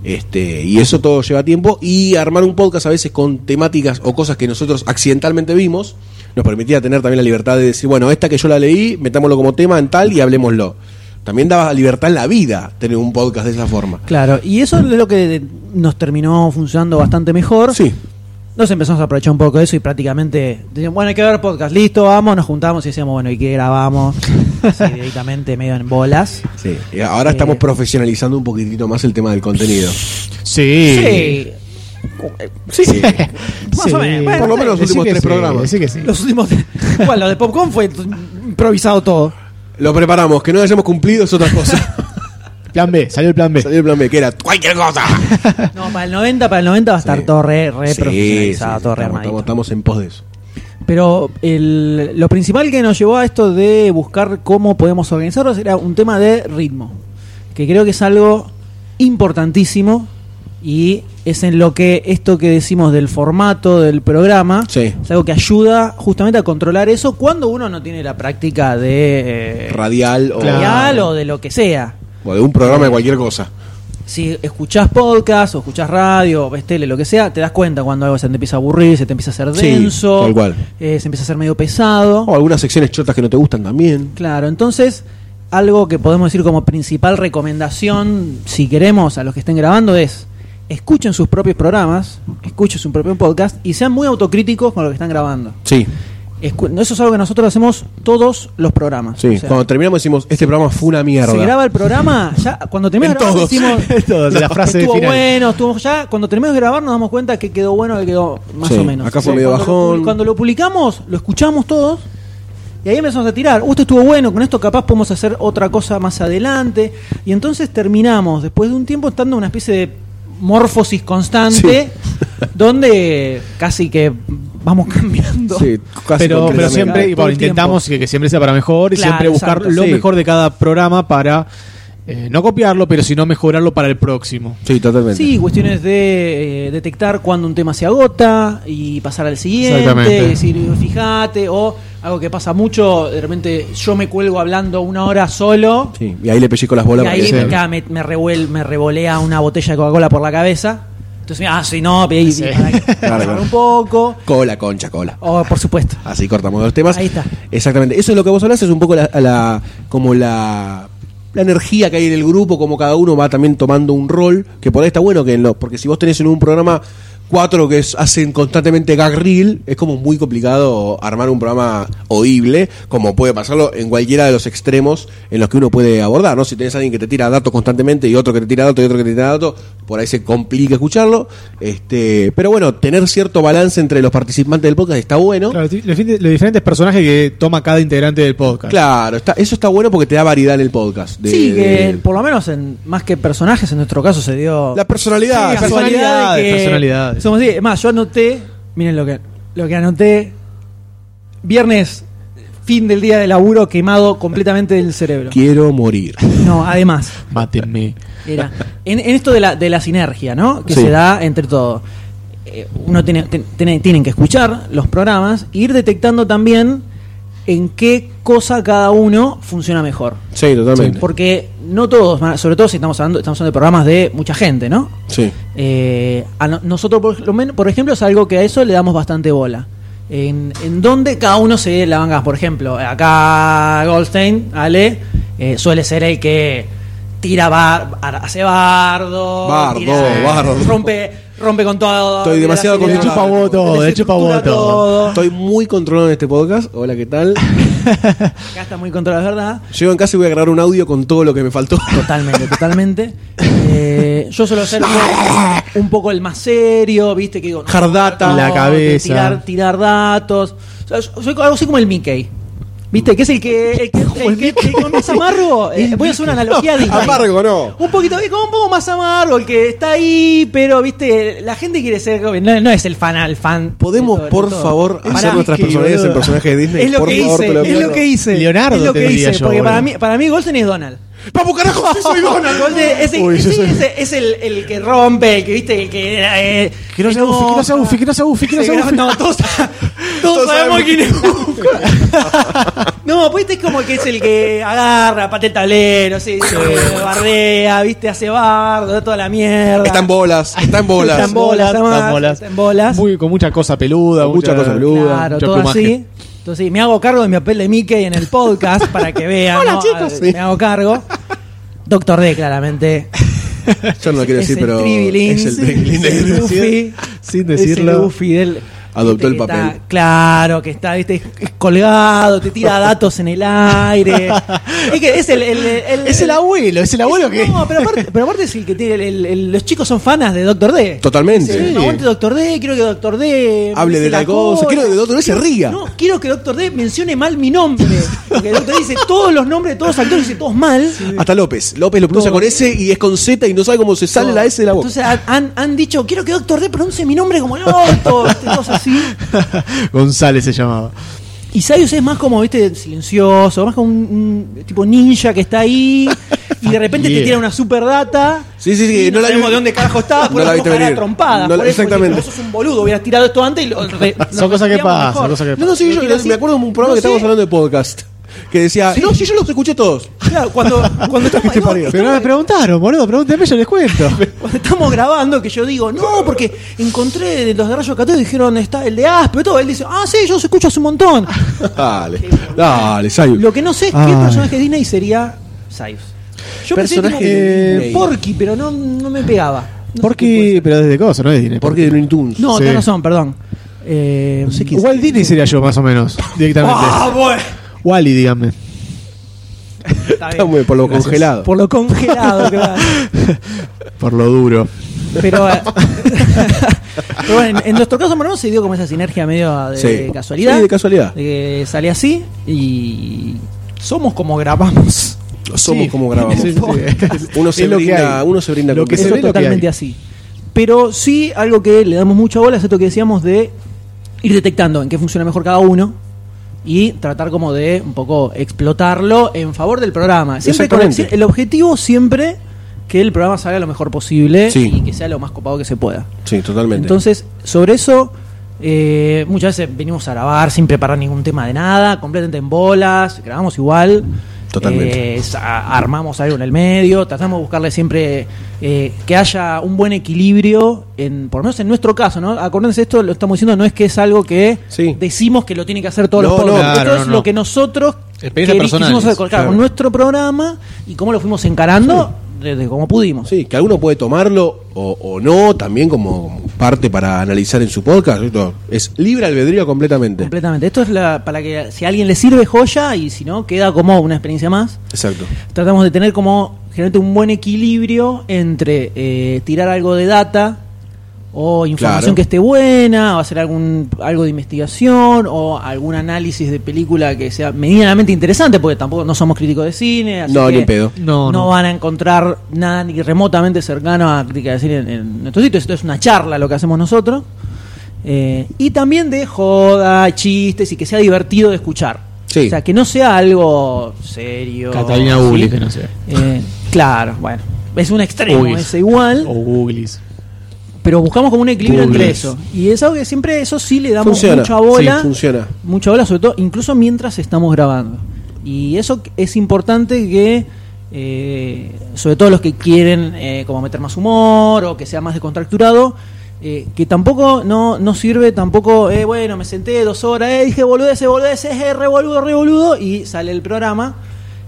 Speaker 2: Este, y eso todo lleva tiempo y armar un podcast a veces con temáticas o cosas que nosotros accidentalmente vimos nos permitía tener también la libertad de decir, bueno, esta que yo la leí, metámoslo como tema en tal y hablemoslo. También daba libertad en la vida tener un podcast de esa forma.
Speaker 1: Claro, y eso es lo que nos terminó funcionando bastante mejor.
Speaker 2: Sí,
Speaker 1: Nos empezamos a aprovechar un poco de eso y prácticamente decíamos, bueno, hay que ver podcast, listo, vamos, nos juntamos y decíamos, bueno, ¿y qué grabamos? Así directamente, medio en bolas.
Speaker 2: sí. Y ahora
Speaker 1: Eh.
Speaker 2: estamos profesionalizando un poquitito más el tema del contenido.
Speaker 3: Sí.
Speaker 2: Sí, sí.
Speaker 1: Más o menos. Bueno,
Speaker 2: Por lo menos los
Speaker 3: Decí
Speaker 2: últimos
Speaker 3: que
Speaker 2: tres
Speaker 3: sí,
Speaker 2: programas.
Speaker 3: decí que sí.
Speaker 1: Los últimos... bueno, lo de Popcorn fue improvisado todo.
Speaker 2: Lo preparamos, que no hayamos cumplido es otra cosa.
Speaker 3: Plan B, salió el plan B.
Speaker 2: Salió el plan B, que era cualquier cosa.
Speaker 1: No, para el 90, para el 90 va a estar
Speaker 2: Sí.
Speaker 1: todo re, re
Speaker 2: Sí, sí, sí,
Speaker 1: profesionalizado,
Speaker 2: estamos-
Speaker 1: todo re
Speaker 2: estamos,
Speaker 1: armadito.
Speaker 2: estamos en pos de eso.
Speaker 1: Pero el- lo principal que nos llevó a esto de buscar cómo podemos organizarnos era un tema de ritmo. que creo que es algo importantísimo y es en lo que esto que decimos del formato del programa
Speaker 2: Sí.
Speaker 1: es algo que ayuda justamente a controlar eso cuando uno no tiene la práctica de eh,
Speaker 2: Radial o,
Speaker 1: radial o de lo que sea.
Speaker 2: o de un programa de cualquier cosa.
Speaker 1: Si escuchás podcast o escuchás radio o ves tele, lo que sea, te das cuenta cuando algo se te empieza a aburrir, se te empieza a hacer
Speaker 2: Sí,
Speaker 1: denso,
Speaker 2: tal cual.
Speaker 1: eh, se empieza a hacer medio pesado.
Speaker 2: O algunas secciones chotas que no te gustan también.
Speaker 1: Claro, entonces algo que podemos decir como principal recomendación, si queremos, a los que estén grabando es escuchen sus propios programas, escuchen su propio podcast y sean muy autocríticos con lo que están grabando.
Speaker 2: Sí,
Speaker 1: Escu- Eso es algo que nosotros hacemos todos los programas.
Speaker 2: sí.
Speaker 1: O sea,
Speaker 2: Cuando terminamos decimos, este programa fue una mierda.
Speaker 1: se graba el programa, ya cuando terminamos
Speaker 2: En
Speaker 1: de grabar
Speaker 2: todos.
Speaker 1: decimos,
Speaker 3: En todos, la frase
Speaker 1: estuvo
Speaker 3: final.
Speaker 1: bueno, estuvo ya, cuando terminamos de grabar nos damos cuenta que quedó bueno, que quedó más
Speaker 2: Sí,
Speaker 1: o menos.
Speaker 2: acá fue medio
Speaker 1: cuando lo
Speaker 2: bajón.
Speaker 1: publi- cuando lo publicamos, lo escuchamos todos y ahí empezamos a tirar, "Uh, esto estuvo bueno, con esto capaz podemos hacer otra cosa más adelante y entonces terminamos después de un tiempo estando en una especie de morfosis constante donde casi que vamos cambiando.
Speaker 2: Sí, casi
Speaker 3: pero,
Speaker 2: concretamente.
Speaker 3: pero siempre y
Speaker 1: Todo el
Speaker 3: bueno, intentamos que, que siempre sea para mejor y
Speaker 1: Claro,
Speaker 3: siempre buscar
Speaker 1: exacto,
Speaker 3: lo
Speaker 2: sí.
Speaker 3: mejor de cada programa para eh, no copiarlo, pero sino mejorarlo para el próximo.
Speaker 2: Sí, totalmente.
Speaker 1: Sí, cuestiones de eh, detectar cuando un tema se agota y pasar al siguiente,
Speaker 3: Exactamente.
Speaker 1: y decir, fíjate, o algo que pasa mucho, de repente yo me cuelgo hablando una hora solo
Speaker 2: Sí, Y ahí le pellizco las
Speaker 1: y
Speaker 2: bolas.
Speaker 1: ahí
Speaker 2: para que-
Speaker 1: me, ca- me, me revuel- me revolea una botella de Coca-Cola por la cabeza. Entonces, ah, sí, no, y- y-
Speaker 3: Sí.
Speaker 1: para que- para
Speaker 2: claro.
Speaker 1: un poco,
Speaker 2: Cola, concha, cola.
Speaker 1: o por supuesto.
Speaker 2: Así cortamos los temas.
Speaker 1: Ahí está.
Speaker 2: Exactamente. Eso es lo que vos hablas, es un poco la, la- como la, la energía que hay en el grupo, como cada uno va también tomando un rol, que por ahí está bueno que no, porque si vos tenés en un programa cuatro que es- hacen constantemente gag reel, es como muy complicado armar un programa oíble, como puede pasarlo en cualquiera de los extremos en los que uno puede abordar, ¿no? Si tenés alguien que te tira datos constantemente y otro que te tira datos y otro que te tira datos, por ahí se complica escucharlo. Este, pero bueno, tener cierto balance entre los participantes del podcast está bueno.
Speaker 3: Claro, los, dif- los diferentes personajes que toma cada integrante del podcast.
Speaker 2: Claro, está, eso está bueno porque te da variedad en el podcast. de-
Speaker 1: sí, que
Speaker 2: de-
Speaker 1: por lo menos en más que personajes, en nuestro caso se dio...
Speaker 2: la personalidad.
Speaker 1: Sí, casualidad de que
Speaker 3: personalidades.
Speaker 1: Somos así. Es Más, yo anoté, miren lo que, lo que anoté. Viernes, fin del día de laburo, quemado completamente del cerebro.
Speaker 2: Quiero morir.
Speaker 1: No, además,
Speaker 3: Mátenme.
Speaker 1: era. En, en esto de la, de la sinergia, ¿no? Que
Speaker 2: Sí.
Speaker 1: se da entre todo. Eh, uno tiene, ten- tiene- tienen que escuchar los programas e ir detectando también en qué cosa cada uno funciona mejor.
Speaker 2: Sí, totalmente.
Speaker 1: Porque no todos, sobre todo si estamos hablando, estamos hablando de programas de mucha gente, ¿no?
Speaker 2: Sí.
Speaker 1: Eh, a no- nosotros, por, lo men- por ejemplo, es algo que a eso le damos bastante bola. En, en donde cada uno se la manga. Por ejemplo, acá Goldstein, Ale, eh, suele ser el que tira bar, ar- hace bardo,
Speaker 2: Bardo,
Speaker 1: tira-
Speaker 2: bardo.
Speaker 1: rompe, rompe con todo.
Speaker 2: Estoy
Speaker 1: tira-
Speaker 2: demasiado
Speaker 1: tira-
Speaker 2: con- chupa
Speaker 3: voto,
Speaker 1: le
Speaker 3: chupa
Speaker 1: circula
Speaker 3: voto.
Speaker 1: todo.
Speaker 2: Estoy muy controlado en este podcast. Hola, ¿qué tal?
Speaker 1: Acá está muy controlado, es verdad.
Speaker 2: Llego en casa y voy a grabar un audio con todo lo que me faltó.
Speaker 1: Totalmente, totalmente. Eh, yo suelo ser un- un poco el más serio, viste, que digo,
Speaker 2: Hard data.
Speaker 1: no,
Speaker 3: La
Speaker 1: que
Speaker 3: cabeza.
Speaker 1: Tirar, tirar datos. O sea, yo- soy algo así como el Mickey. ¿Viste? Que es el que. El que, el que- el que más amargo. eh, voy a hacer una analogía de.
Speaker 2: Amargo, no.
Speaker 1: Un poquito, eh, como un poco más amargo, el que está ahí, pero, viste, la gente quiere ser. No, no es el fan al fan.
Speaker 2: ¿Podemos,
Speaker 1: de todo,
Speaker 2: por
Speaker 1: de todo.
Speaker 2: favor,
Speaker 1: Pará,
Speaker 2: hacer nuestras
Speaker 3: Mickey,
Speaker 2: personalidades en
Speaker 3: boludo.
Speaker 2: personajes de Disney?
Speaker 1: Es lo
Speaker 2: por
Speaker 1: que
Speaker 2: favor, te
Speaker 1: hice, es lo
Speaker 2: pido.
Speaker 1: que hice.
Speaker 3: Leonardo
Speaker 1: es lo
Speaker 3: te
Speaker 1: que
Speaker 3: diría
Speaker 1: hice,
Speaker 3: yo,
Speaker 1: porque para
Speaker 3: boludo.
Speaker 1: mí, para mí Golden es Donald.
Speaker 2: ¡Papu, carajo! sí soy Donald!
Speaker 1: Golden es el,
Speaker 3: Uy,
Speaker 1: E, ese-
Speaker 3: yo soy-
Speaker 1: ese- es el, el que rompe, el que viste, el que. eh,
Speaker 3: Que no sea Buffy, que no sea Buffy, que no sea Buffy, que no sea Buffy.
Speaker 1: No, todos, todos sabemos quién es Buffy. No, pues este es como que es el que agarra, patea el tablero, sí, se bardea, viste, hace bardo, toda la mierda.
Speaker 2: Está en bolas, está en bolas.
Speaker 1: Está en bolas, está más, está en bolas.
Speaker 3: Muy- con mucha cosa peluda,
Speaker 2: Con mucha cosa peluda.
Speaker 1: Claro,
Speaker 3: mucho
Speaker 1: todo
Speaker 3: plumaje.
Speaker 1: así. Entonces, sí, me hago cargo de mi papel de Mickey en el podcast para que vean.
Speaker 2: Hola,
Speaker 1: ¿no?
Speaker 2: chicos.
Speaker 1: A-
Speaker 2: Sí.
Speaker 1: Me hago cargo. Doctor D, claramente.
Speaker 2: Yo no lo quiero
Speaker 1: Es
Speaker 2: decir,
Speaker 1: el
Speaker 2: pero
Speaker 1: Tribilín,
Speaker 2: es el
Speaker 1: sí,
Speaker 2: Tribilín
Speaker 1: es el
Speaker 2: negro.
Speaker 1: Goofy,
Speaker 3: sin
Speaker 1: es el
Speaker 3: decirlo.
Speaker 1: Goofy del- viste,
Speaker 2: Adoptó el
Speaker 1: que
Speaker 2: papel.
Speaker 1: está- claro, que está viste, colgado, te tira datos en el aire. Es que es el, el- el-
Speaker 3: Es el abuelo, es el abuelo que.
Speaker 1: No, pero aparte, pero aparte es el que tiene. el- el- el- los chicos son fanas de Doctor D.
Speaker 2: Totalmente.
Speaker 1: Sí. Aguante Doctor D, quiero que Doctor D.
Speaker 2: Hable
Speaker 1: dice
Speaker 2: de la cosa, quiero que Dr. D se
Speaker 1: Quiero-
Speaker 2: ría.
Speaker 1: No, quiero que Doctor D mencione mal mi nombre. Porque el Doctor D dice todos los nombres de todos los actores, dice todos mal.
Speaker 2: Hasta López. López lo pronuncia
Speaker 1: Todo.
Speaker 2: con S y es con Z y no sabe cómo se sale la S de la boca.
Speaker 1: Entonces han, han- han dicho, quiero que Doctor D pronuncie mi nombre como el orto, viste, cosas así.
Speaker 3: González se llamaba.
Speaker 1: Y Sayus es más como, viste, silencioso, más como un, un tipo ninja que está ahí, y de repente
Speaker 3: yeah.
Speaker 1: te tira una super data.
Speaker 2: Sí, sí, sí,
Speaker 1: y
Speaker 2: no
Speaker 1: No,
Speaker 2: la
Speaker 1: sabemos
Speaker 2: vi-
Speaker 1: de dónde carajo
Speaker 2: No
Speaker 1: estaba, pero
Speaker 2: la
Speaker 1: la
Speaker 2: viste venir.
Speaker 1: trompada.
Speaker 2: No la-
Speaker 1: por eso,
Speaker 2: exactamente.
Speaker 1: porque vos sos un boludo, hubieras tirado esto antes y lo re- nos
Speaker 3: Son cosas que
Speaker 1: reíamos
Speaker 3: pasan,
Speaker 1: mejor.
Speaker 3: son cosas que
Speaker 2: No, no, sí, yo
Speaker 1: quiero
Speaker 2: me
Speaker 1: decir-
Speaker 2: acuerdo de un programa
Speaker 1: no
Speaker 2: que estábamos
Speaker 1: sé.
Speaker 2: hablando de podcast. Que decía, no, sí, yo los escuché todos.
Speaker 1: Claro, cuando, cuando, estamos, no,
Speaker 3: Pero no me preguntaron, boludo, pregúntame, yo les cuento.
Speaker 1: cuando estamos grabando, que yo digo, no, porque encontré los de Rayo Católico dijeron, está el de Aspe, todo. Él dice, ah, sí, yo los escucho hace un montón.
Speaker 2: Dale, dale, Sayu.
Speaker 1: Lo que no sé es
Speaker 3: Ay.
Speaker 1: qué personaje de Disney sería Sayus. Yo
Speaker 2: Personaje de
Speaker 1: pensé
Speaker 2: Disney.
Speaker 1: tipo, Porky, pero no, no me pegaba. No sé qué puede
Speaker 3: Porque, pero desde cosa, no es Disney.
Speaker 2: Porque de Looney Tunes.
Speaker 1: ser. No,
Speaker 3: Sí.
Speaker 1: tenés razón, perdón. Eh, no sé
Speaker 3: Igual Disney sería yo, más o menos, directamente.
Speaker 1: ¡Ah, bueno!
Speaker 3: Wally, díganme.
Speaker 1: Está bien.
Speaker 2: Estamos por lo congelado.
Speaker 1: Por lo congelado que va.
Speaker 3: Por lo duro.
Speaker 1: Pero, eh, pero bueno, en, en nuestro caso, Marón se dio como esa sinergia medio de
Speaker 2: Sí.
Speaker 1: casualidad.
Speaker 2: Sí, de casualidad.
Speaker 1: De que sale así y somos como grabamos.
Speaker 2: Somos
Speaker 3: Sí.
Speaker 2: como grabamos.
Speaker 3: Sí, sí, sí.
Speaker 2: Uno, se
Speaker 3: Es lo que
Speaker 2: brinda,
Speaker 3: hay.
Speaker 2: uno se brinda
Speaker 3: Lo
Speaker 2: con
Speaker 3: que se
Speaker 1: Eso
Speaker 3: ve, lo que
Speaker 1: totalmente
Speaker 3: hay.
Speaker 1: así. Pero sí, algo que le damos mucha bola es esto que decíamos de ir detectando en qué funciona mejor cada uno y tratar como de un poco explotarlo en favor del programa. Siempre con el,
Speaker 2: Exactamente.
Speaker 1: el objetivo siempre que el programa salga lo mejor posible
Speaker 2: Sí.
Speaker 1: y que sea lo más copado que se pueda.
Speaker 2: Sí, totalmente.
Speaker 1: Entonces, sobre eso, eh, muchas veces venimos a grabar sin preparar ningún tema de nada, completamente en bolas, grabamos igual.
Speaker 2: Totalmente.
Speaker 1: eh, es- a- armamos algo en el medio, tratamos de buscarle siempre eh, que haya un buen equilibrio, en, por lo menos en nuestro caso, ¿no? Acuérdense, esto lo estamos diciendo, no es que es algo que
Speaker 2: Sí.
Speaker 1: decimos que lo tiene que hacer todos los
Speaker 2: No, no,
Speaker 1: podcasts.
Speaker 3: claro,
Speaker 1: esto es
Speaker 3: no, no.
Speaker 1: lo que nosotros
Speaker 4: Experiencias
Speaker 1: queri-
Speaker 4: personales,
Speaker 1: quisimos hacer con- claro,
Speaker 2: claro.
Speaker 1: con nuestro programa y cómo lo fuimos encarando desde como pudimos.
Speaker 2: Sí, que alguno puede tomarlo o, o no, también como parte para analizar en su podcast. Esto Es libre albedrío completamente.
Speaker 1: Completamente. Esto es la, para que si a alguien le sirve joya y si no, queda como una experiencia más.
Speaker 2: Exacto.
Speaker 1: Tratamos de tener como generalmente un buen equilibrio entre eh, tirar algo de data o información
Speaker 2: Claro.
Speaker 1: que esté buena, o hacer algún algo de investigación o algún análisis de película que sea medianamente interesante, porque tampoco no somos críticos de cine. así
Speaker 2: No, ni
Speaker 1: que
Speaker 2: en pedo.
Speaker 1: No,
Speaker 3: No, no.
Speaker 1: van a encontrar nada ni remotamente cercano a crítica de cine en, en nuestro sitio. Esto es una charla lo que hacemos nosotros. Eh, y también de joda, chistes y que sea divertido de escuchar.
Speaker 2: Sí.
Speaker 1: O sea, que no sea algo serio.
Speaker 3: Catalina
Speaker 1: así.
Speaker 3: Uli, que no sé.
Speaker 1: Eh, claro, bueno. Es un extremo,
Speaker 3: Uy.
Speaker 1: es igual.
Speaker 2: Oh.
Speaker 3: O Googlis.
Speaker 1: Pero buscamos como un equilibrio
Speaker 3: Uy.
Speaker 1: entre eso. Y es algo que siempre, eso sí le damos
Speaker 2: Funciona.
Speaker 1: mucha bola.
Speaker 2: Sí, funciona.
Speaker 1: Mucha bola, sobre todo, incluso mientras estamos grabando. Y eso es importante que, eh, sobre todo los que quieren eh, como meter más humor o que sea más descontracturado, eh, que tampoco no, no sirve, tampoco, eh, bueno, me senté dos horas, eh, dije boludeces, boludeces, eh, re boludo, re boludo, y sale el programa,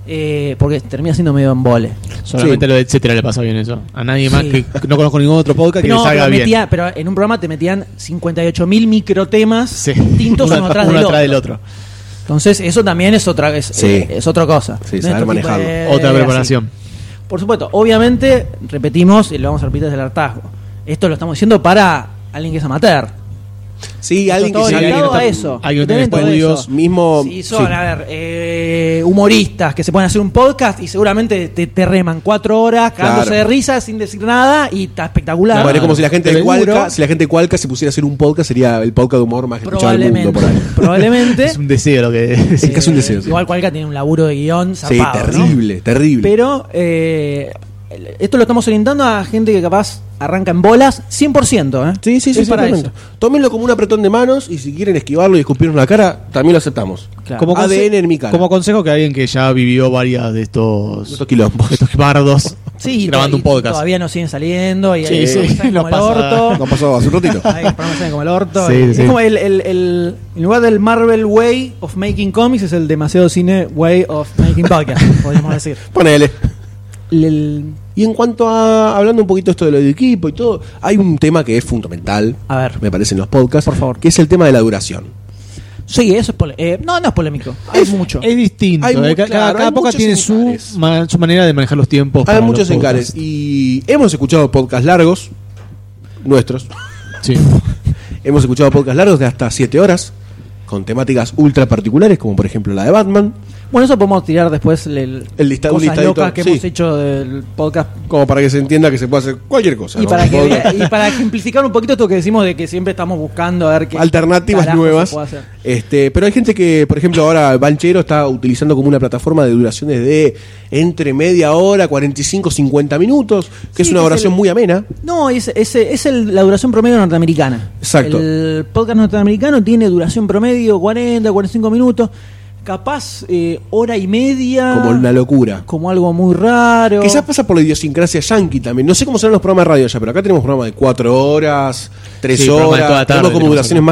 Speaker 1: eh, porque termina siendo medio embole.
Speaker 3: Solamente lo de etcétera le pasa bien eso. A nadie más
Speaker 1: Sí.
Speaker 3: que no conozco ningún otro podcast que
Speaker 1: No,
Speaker 3: le salga
Speaker 1: pero,
Speaker 3: bien.
Speaker 1: metía- pero en un programa te metían 58.000 microtemas
Speaker 3: Sí.
Speaker 1: distintos uno, atrás, del otro.
Speaker 3: otro.
Speaker 1: Entonces, eso también es otra es,
Speaker 2: Sí.
Speaker 1: eh, es otra cosa.
Speaker 2: Sí,
Speaker 1: No es
Speaker 2: saber
Speaker 1: tu tipo
Speaker 2: manejarlo.
Speaker 1: de-
Speaker 3: Otra
Speaker 1: así.
Speaker 3: preparación.
Speaker 1: Por supuesto, obviamente, repetimos y lo vamos a repetir desde el hartazgo. Esto lo estamos diciendo para alguien que es amateur.
Speaker 2: Sí, alguien que
Speaker 1: Todo
Speaker 2: se
Speaker 1: dedicado
Speaker 3: alguien que
Speaker 1: a
Speaker 3: está-
Speaker 1: eso.
Speaker 3: alguien que tiene
Speaker 1: Dentro de
Speaker 3: estudios,
Speaker 1: eso.
Speaker 2: mismo-
Speaker 1: Sí, son,
Speaker 2: sí.
Speaker 1: a ver, eh, humoristas que se pueden hacer un podcast y seguramente te, te reman cuatro horas cagándose
Speaker 2: Claro.
Speaker 1: de risa sin decir nada y está espectacular.
Speaker 2: Bueno, es como si la gente
Speaker 1: Te
Speaker 2: de
Speaker 1: lo juro.
Speaker 2: Cualca, si la gente de Cualca se pusiera a hacer un podcast, sería el podcast de humor más escuchado del
Speaker 1: Probablemente.
Speaker 2: mundo por ahí.
Speaker 1: Probablemente. Eh,
Speaker 3: Es un deseo lo que es.
Speaker 2: Sí, casi un deseo, sí.
Speaker 1: Igual Cualca tiene un laburo de guión
Speaker 2: Sí,
Speaker 1: zarpado, ¿no?
Speaker 2: terrible, terrible.
Speaker 1: Pero eh, el- esto lo estamos orientando a gente que capaz arranca en bolas 100%, ¿eh?
Speaker 2: Sí, sí, sí,
Speaker 1: Es para
Speaker 2: totalmente.
Speaker 1: eso.
Speaker 2: Tómenlo como un apretón de manos y si quieren esquivarlo y escupirnos la cara, también lo aceptamos.
Speaker 1: Claro.
Speaker 2: Como ADN
Speaker 3: conse-
Speaker 2: en mi cara.
Speaker 3: Como consejo que alguien que ya vivió varias de estos,
Speaker 2: estos quilombos.
Speaker 3: estos bardos
Speaker 1: Sí, y
Speaker 3: grabando
Speaker 1: to-
Speaker 3: un
Speaker 1: y
Speaker 3: podcast.
Speaker 1: Todavía no siguen saliendo y
Speaker 3: Sí,
Speaker 1: hay
Speaker 3: sí,
Speaker 1: programas que salen
Speaker 3: nos
Speaker 1: como el
Speaker 3: pasa.
Speaker 1: orto.
Speaker 2: Nos pasó hace un ratito.
Speaker 1: Hay programas que salen como el orto.
Speaker 3: Sí,
Speaker 1: y-
Speaker 3: sí.
Speaker 1: Es como el, el- el- en lugar del Marvel Way of Making Comics, es el demasiado cine Way of Making Podcast, podríamos decir.
Speaker 2: Ponele.
Speaker 1: El- el-
Speaker 2: Y en cuanto a, hablando un poquito esto de lo del equipo y todo, hay un tema que es fundamental,
Speaker 1: A ver.
Speaker 2: me parece, en los podcasts,
Speaker 1: Por favor.
Speaker 2: que es el tema de la duración.
Speaker 1: sí, eso es pole- eh, No, no es polémico. Hay
Speaker 2: Es-
Speaker 1: mucho.
Speaker 3: Es distinto.
Speaker 2: Hay mu-
Speaker 3: eh, ca-
Speaker 2: claro,
Speaker 3: cada
Speaker 2: hay
Speaker 3: cada podcast
Speaker 2: muchos
Speaker 3: tiene su,
Speaker 2: encares.
Speaker 3: ma- su manera de manejar los tiempos.
Speaker 2: Hay
Speaker 3: para
Speaker 2: muchos
Speaker 3: los
Speaker 2: encares
Speaker 3: podcasts.
Speaker 2: y hemos escuchado podcasts largos, nuestros,
Speaker 3: Sí.
Speaker 2: hemos escuchado podcasts largos de hasta 7 horas, con temáticas ultra particulares, como por ejemplo la de Batman.
Speaker 1: Bueno, eso podemos tirar después el,
Speaker 2: El listado, un
Speaker 1: cosas
Speaker 2: listadito,
Speaker 1: locas que
Speaker 2: sí.
Speaker 1: hemos hecho del podcast.
Speaker 2: Como para que se entienda que se puede hacer cualquier cosa.
Speaker 1: Y
Speaker 2: ¿no?
Speaker 1: para, que,
Speaker 2: Puedo-
Speaker 1: vea- y para ejemplificar un poquito esto que decimos de que siempre estamos buscando a ver qué
Speaker 2: alternativas
Speaker 1: carajo se
Speaker 2: nuevas.
Speaker 1: puede hacer.
Speaker 2: Este, pero hay gente que, por ejemplo, ahora Banchero está utilizando como una plataforma de duraciones de entre media hora, 45, 50 minutos, que
Speaker 1: Sí,
Speaker 2: es
Speaker 1: que
Speaker 2: una
Speaker 1: es
Speaker 2: oración
Speaker 1: el-
Speaker 2: muy amena.
Speaker 1: No, es, es, es el- la duración promedio norteamericana.
Speaker 2: Exacto.
Speaker 1: El podcast norteamericano tiene duración promedio 40, 45 minutos, capaz eh, hora y media.
Speaker 2: Como una locura.
Speaker 1: Como algo muy raro.
Speaker 2: Quizás pasa por la idiosincrasia yankee también. No sé cómo serán los programas de radio allá, pero acá tenemos programas de 4 horas, 3
Speaker 3: Sí, programa de
Speaker 2: horas.
Speaker 3: toda la
Speaker 2: Tenemos
Speaker 3: tarde
Speaker 2: como
Speaker 3: tenemos
Speaker 2: duraciones
Speaker 3: acá.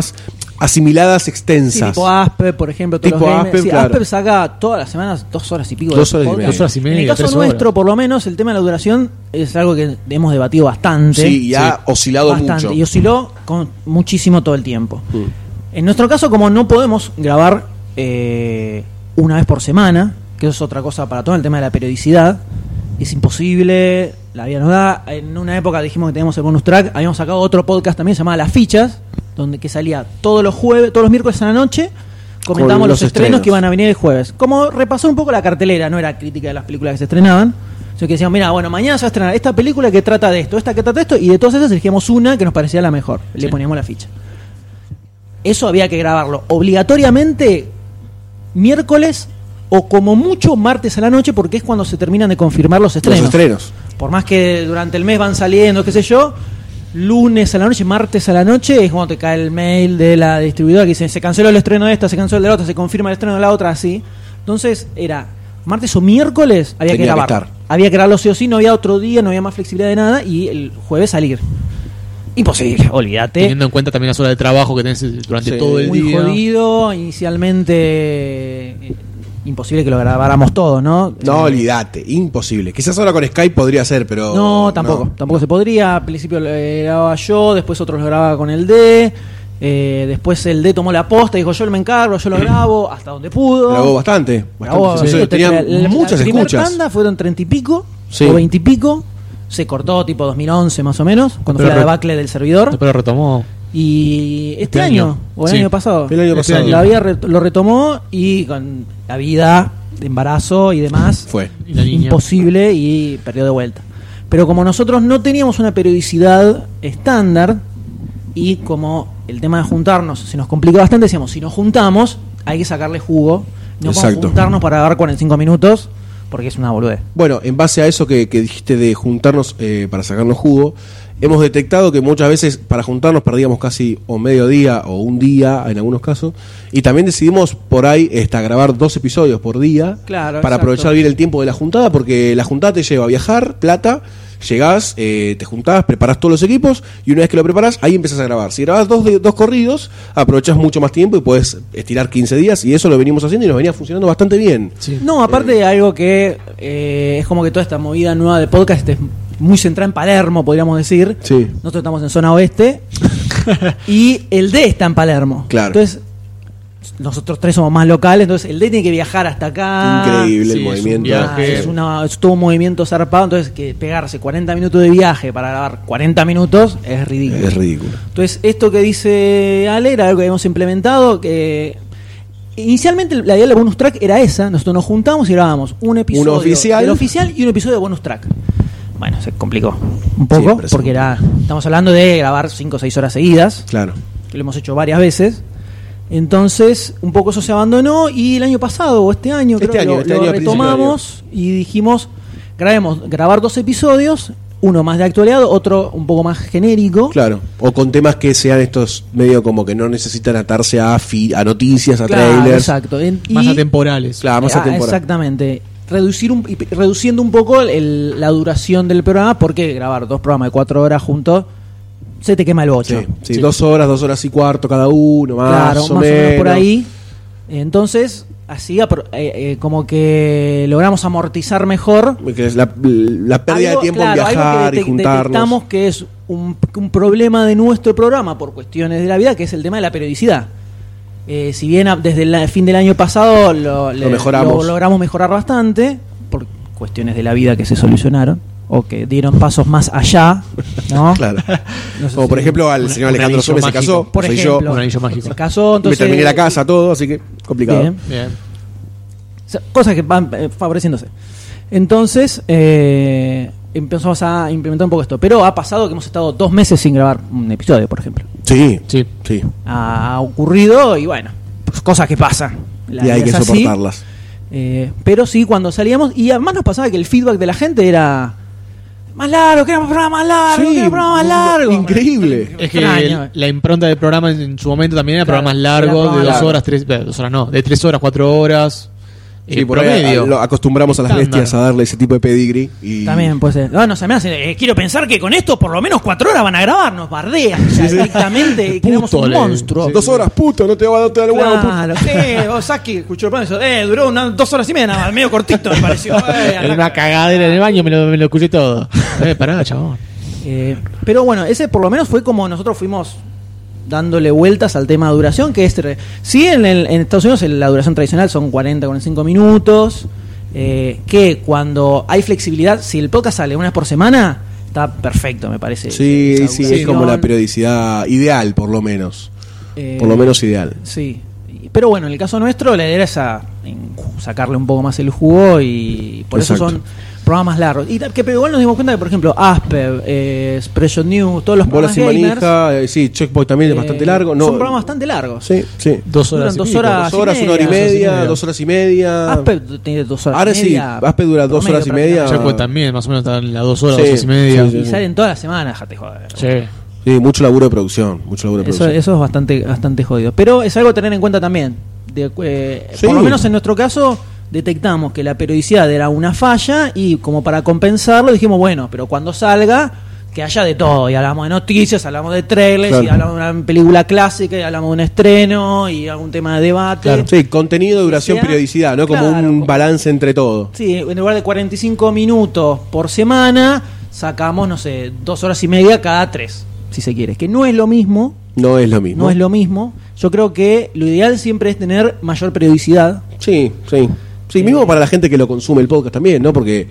Speaker 2: más asimiladas,
Speaker 1: Sí,
Speaker 2: extensas.
Speaker 1: tipo ah, Asper, por ejemplo. Todos
Speaker 2: Tipo
Speaker 1: los gamers.
Speaker 2: Asper,
Speaker 1: Sí,
Speaker 2: claro.
Speaker 1: Asper saca todas las semanas dos horas y pico. de
Speaker 2: Dos horas y
Speaker 1: podcast.
Speaker 2: media. Dos
Speaker 3: horas y media,
Speaker 1: En el caso
Speaker 3: tres
Speaker 1: nuestro,
Speaker 3: horas.
Speaker 1: por lo menos, el tema de la duración es algo que hemos debatido bastante.
Speaker 2: Sí, y ha oscilado
Speaker 1: bastante.
Speaker 2: mucho. Mm.
Speaker 1: Y osciló con muchísimo todo el tiempo. En nuestro caso, como no podemos grabar eh, una vez por semana, que eso es otra cosa para todo el tema de la periodicidad, es imposible, la vida nos da. En una época dijimos que teníamos el bonus track, habíamos sacado otro podcast también llamado Las Fichas, donde que salía todos los jueves, todos los miércoles a la noche, comentábamos
Speaker 2: Con
Speaker 1: los,
Speaker 2: los
Speaker 1: estrenos
Speaker 2: estrenos.
Speaker 1: que iban a venir el jueves. Como repasó un poco la cartelera, no era crítica de las películas que se estrenaban, sino que decían, mira, bueno, mañana se va a estrenar esta película que trata de esto, esta que trata de esto, y de todas esas elegíamos una que nos parecía la mejor. Le poníamos la ficha. Eso había que grabarlo obligatoriamente miércoles o como mucho martes a la noche porque es cuando se terminan de confirmar los
Speaker 2: Los
Speaker 1: estrenos.
Speaker 2: estrenos.
Speaker 1: Por más que durante el mes van saliendo, qué sé yo, lunes a la noche, martes a la noche es cuando te cae el mail de la distribuidora que dice se canceló el estreno de esta, se canceló el de la otra, se confirma el estreno de la otra, así. Entonces era martes o miércoles había
Speaker 2: Tenía
Speaker 1: que
Speaker 2: que
Speaker 1: grabar.
Speaker 2: estar.
Speaker 1: Había que grabarlo sí o sí, no había otro día, no había más flexibilidad de nada y el jueves salir. Imposible, olvídate.
Speaker 3: Teniendo en cuenta también las horas de trabajo que tenés eh, durante
Speaker 2: Sí.
Speaker 3: todo el
Speaker 1: muy
Speaker 3: día.
Speaker 1: jodido, inicialmente eh, imposible que lo grabáramos todo, ¿no? Eh,
Speaker 2: No, olvídate, imposible. Quizás ahora con Skype podría ser, pero.
Speaker 1: No, tampoco, tampoco se podría. Al principio lo grababa yo, después otros lo grababa con el D. eh, después el D tomó la posta, dijo yo me encargo, yo lo grabo, hasta donde pudo.
Speaker 2: Grabó bastante.
Speaker 1: Grabó,
Speaker 2: bastante.
Speaker 1: sí,
Speaker 2: Entonces,
Speaker 1: te-
Speaker 2: tenían
Speaker 1: la- la-
Speaker 2: muchas
Speaker 1: la primera
Speaker 2: escuchas.
Speaker 1: tanda fueron treinta y pico,
Speaker 2: Sí.
Speaker 1: o veinte y pico. Se cortó tipo 2011 más o menos, cuando
Speaker 3: Pero
Speaker 1: fue la
Speaker 3: re-
Speaker 1: debacle del servidor.
Speaker 3: Pero retomó.
Speaker 1: Y este,
Speaker 3: Este
Speaker 1: año,
Speaker 3: año.
Speaker 1: o el
Speaker 3: Sí.
Speaker 1: año pasado.
Speaker 2: El año
Speaker 3: Este
Speaker 2: pasado.
Speaker 1: La vida re- lo retomó y con la vida de embarazo y demás
Speaker 2: Fue.
Speaker 3: Y la niña.
Speaker 1: imposible y perdió de vuelta. Pero como nosotros no teníamos una periodicidad estándar y como el tema de juntarnos se nos complica bastante, decíamos, si nos juntamos hay que sacarle jugo, no podemos
Speaker 2: Exacto.
Speaker 1: juntarnos para grabar 45 minutos porque es una boludez.
Speaker 2: Bueno, en base a eso que, que dijiste de juntarnos eh, para sacarnos jugo, hemos detectado que muchas veces para juntarnos perdíamos casi o medio día o un día en algunos casos. Y también decidimos por ahí esta, grabar dos episodios por día
Speaker 1: Claro,
Speaker 2: para
Speaker 1: exacto.
Speaker 2: aprovechar bien el tiempo de la juntada, porque la juntada te lleva a viajar, plata. Llegás, eh, te juntás, preparás todos los equipos y una vez que lo preparás, ahí empezás a grabar. Si grabás dos, de- dos corridos, aprovechás mucho más tiempo y podés estirar 15 días y eso lo venimos haciendo y nos venía funcionando bastante bien.
Speaker 3: Sí.
Speaker 1: No, aparte de algo que eh, es como que toda esta movida nueva de podcast es muy centrada en Palermo, podríamos decir.
Speaker 2: Sí.
Speaker 1: Nosotros estamos en zona oeste y el D está en Palermo.
Speaker 2: Claro.
Speaker 1: Entonces, nosotros tres somos más locales, entonces el D tiene que viajar hasta acá.
Speaker 2: Increíble
Speaker 3: sí,
Speaker 2: el
Speaker 3: es un
Speaker 2: movimiento.
Speaker 1: Ah,
Speaker 3: viaje.
Speaker 1: es, una- es todo un movimiento zarpado, entonces que pegarse 40 minutos de viaje para grabar 40 minutos es ridículo.
Speaker 2: Es ridículo.
Speaker 1: Entonces, esto que dice Ale era algo que habíamos implementado. Que inicialmente la idea del bonus track era esa. Nosotros nos juntamos y grabábamos un episodio
Speaker 2: oficial.
Speaker 1: del oficial y un episodio de bonus track. Bueno, se complicó un poco
Speaker 2: Siempre se
Speaker 1: porque era estamos hablando de grabar 5 o 6 horas seguidas,
Speaker 2: Claro.
Speaker 1: que lo hemos hecho varias veces. Entonces, un poco eso se abandonó y el año pasado o este año creo
Speaker 2: Este
Speaker 1: que
Speaker 2: año,
Speaker 1: lo,
Speaker 2: este
Speaker 1: lo
Speaker 2: año, a principio de
Speaker 1: retomamos y dijimos, grabemos, grabar dos episodios, uno más de actualidad, otro un poco más genérico.
Speaker 2: Claro. O con temas que sean estos medio como que no necesitan atarse a, fi- a noticias, a
Speaker 1: Claro,
Speaker 2: trailers.
Speaker 1: exacto. En-
Speaker 3: Más
Speaker 1: y-
Speaker 3: atemporales.
Speaker 2: Claro, más
Speaker 1: Ah,
Speaker 2: atemporal.
Speaker 1: Exactamente. Reducir un, y p- reduciendo un poco el- la duración del programa, porque grabar dos programas de cuatro horas juntos se te quema el
Speaker 2: Sí,
Speaker 1: bocho.
Speaker 2: sí,
Speaker 3: Sí.
Speaker 2: dos horas, dos horas y cuarto cada uno, más,
Speaker 1: claro,
Speaker 2: o,
Speaker 1: más
Speaker 2: menos.
Speaker 1: o menos por ahí. Entonces, así apro- eh, eh, como que logramos amortizar mejor
Speaker 2: Que es la, la pérdida de
Speaker 1: algo-
Speaker 2: tiempo
Speaker 1: claro,
Speaker 2: en
Speaker 1: algo
Speaker 2: viajar
Speaker 1: que
Speaker 2: y
Speaker 1: detec-
Speaker 2: juntarnos.
Speaker 1: detectamos que es un, un problema de nuestro programa por cuestiones de la vida, que es el tema de la periodicidad. Eh, si bien a- desde el fin del año pasado lo, le-
Speaker 2: mejoramos.
Speaker 1: lo logramos mejorar bastante, por cuestiones de la vida que se solucionaron o que dieron pasos más allá, ¿no?
Speaker 2: Claro.
Speaker 1: No sé
Speaker 2: Como
Speaker 1: si-
Speaker 2: por ejemplo al
Speaker 3: un-
Speaker 2: señor
Speaker 3: un
Speaker 2: Alejandro
Speaker 3: anillo
Speaker 2: Suárez se
Speaker 3: mágico.
Speaker 2: casó,
Speaker 1: por
Speaker 2: soy
Speaker 1: ejemplo,
Speaker 2: yo.
Speaker 3: Un anillo mágico.
Speaker 1: se casó,
Speaker 2: Me
Speaker 1: entonces eh,
Speaker 2: terminé la casa, todo, así que complicado.
Speaker 1: Bien.
Speaker 3: Bien.
Speaker 1: sea, cosas que van eh, favoreciéndose. Entonces, eh, empezamos a implementar un poco esto. Pero ha pasado que hemos estado dos meses sin grabar un episodio, por ejemplo.
Speaker 2: Sí,
Speaker 3: Sí.
Speaker 2: sí.
Speaker 1: Ha ocurrido y bueno, pues, cosas que pasan. La
Speaker 2: y hay
Speaker 1: vida
Speaker 2: que
Speaker 1: es así.
Speaker 2: soportarlas.
Speaker 1: Eh, pero sí, cuando salíamos, y además nos pasaba que el feedback de la gente era más largo, que era un programa más largo, que era un programa más largo.
Speaker 2: Increíble.
Speaker 3: Es que
Speaker 1: Extraño, eh.
Speaker 3: el- la impronta del programa en, en su momento también era
Speaker 1: Claro,
Speaker 3: programas
Speaker 1: era
Speaker 3: largos,
Speaker 1: programa
Speaker 3: de dos
Speaker 1: largo.
Speaker 3: horas, tres, eh, dos horas no, de tres horas, cuatro horas.
Speaker 2: Sí,
Speaker 3: eh,
Speaker 2: por ahí a-
Speaker 3: promedio.
Speaker 2: lo acostumbramos a las
Speaker 3: Estándar.
Speaker 2: bestias a darle ese tipo de pedigree. Y...
Speaker 1: También puede ser. No, no se me hace. eh, quiero pensar que con esto por lo menos cuatro horas van a grabar, nos bardean o sea, directamente, y creamos
Speaker 3: Puto,
Speaker 1: un
Speaker 3: le-
Speaker 1: monstruo.
Speaker 2: Dos horas, puto, no te va a dar el huevo, puto.
Speaker 1: Claro, sí, vos Saki escuchó el plan y dijo, eh, duró una- dos horas y media, nada más, medio cortito me pareció. Eh,
Speaker 3: Era
Speaker 1: arranca.
Speaker 3: una cagadera en el baño, me lo, me lo escuché todo. Eh, pará, chabón.
Speaker 1: Eh, pero bueno, ese por lo menos fue como nosotros fuimos dándole vueltas al tema de duración, que es... re- Sí, en, el- en Estados Unidos el- la duración tradicional son 40, 45 minutos, eh, que cuando hay flexibilidad, si el podcast sale una vez por semana, está perfecto, me parece.
Speaker 2: Sí,
Speaker 1: Esa
Speaker 2: sí, es
Speaker 1: duración,
Speaker 2: como la periodicidad ideal, por lo menos.
Speaker 1: eh,
Speaker 2: Por lo menos ideal.
Speaker 1: Sí. Y- Pero bueno, en el caso nuestro, la idea era esa, en- sacarle un poco más el jugo y por eso
Speaker 2: Exacto.
Speaker 1: son programas largos. Y ta- que pero igual nos dimos cuenta que, por ejemplo, Asper, eh, Expression News, todos los
Speaker 2: Bola
Speaker 1: programas
Speaker 2: sin
Speaker 1: gamers,
Speaker 2: manija, eh, sí, Checkpoint también es bastante
Speaker 1: eh,
Speaker 2: largo. No,
Speaker 1: son programas bastante largos.
Speaker 2: Sí, sí.
Speaker 3: Dos
Speaker 1: Duran
Speaker 3: horas. y
Speaker 1: dos
Speaker 3: pico.
Speaker 1: horas.
Speaker 2: Dos horas, una hora y
Speaker 1: Dos horas y Ah,
Speaker 2: media,
Speaker 3: media.
Speaker 2: dos horas y media.
Speaker 1: Asper tiene dos horas
Speaker 2: Ahora
Speaker 1: y
Speaker 2: sí,
Speaker 1: media.
Speaker 2: Asper dura dos
Speaker 1: promedio
Speaker 2: horas y media.
Speaker 1: prácticamente.
Speaker 3: Checkpoint también, más o menos están las dos horas,
Speaker 2: Sí,
Speaker 3: dos horas y media.
Speaker 2: sí,
Speaker 1: Y salen todas las semanas, jate joder.
Speaker 3: Sí.
Speaker 2: Sí, mucho laburo de producción, mucho laburo de
Speaker 1: Eso,
Speaker 2: producción.
Speaker 1: eso es bastante, bastante jodido. Pero es algo a tener en cuenta también. De, eh,
Speaker 2: Sí.
Speaker 1: Por lo menos en nuestro caso, detectamos que la periodicidad era una falla y como para compensarlo dijimos, bueno, pero cuando salga, que haya de todo. Y hablamos de noticias, hablamos de trailers,
Speaker 2: Claro.
Speaker 1: y hablamos de una película clásica, y hablamos de un estreno, y algún tema de debate.
Speaker 2: Sí, contenido, duración,
Speaker 1: Sea-
Speaker 2: periodicidad, ¿no? Como
Speaker 1: Claro,
Speaker 2: un
Speaker 1: como-
Speaker 2: balance entre todo.
Speaker 1: Sí, en lugar de 45 minutos por semana, sacamos, no sé, dos horas y media cada tres, si se quiere. Que no es lo mismo,
Speaker 2: No es lo mismo.
Speaker 1: no es lo mismo. Yo creo que lo ideal siempre es tener mayor periodicidad.
Speaker 2: Sí, sí. Sí, mismo para la gente que lo consume el podcast también, ¿no? Porque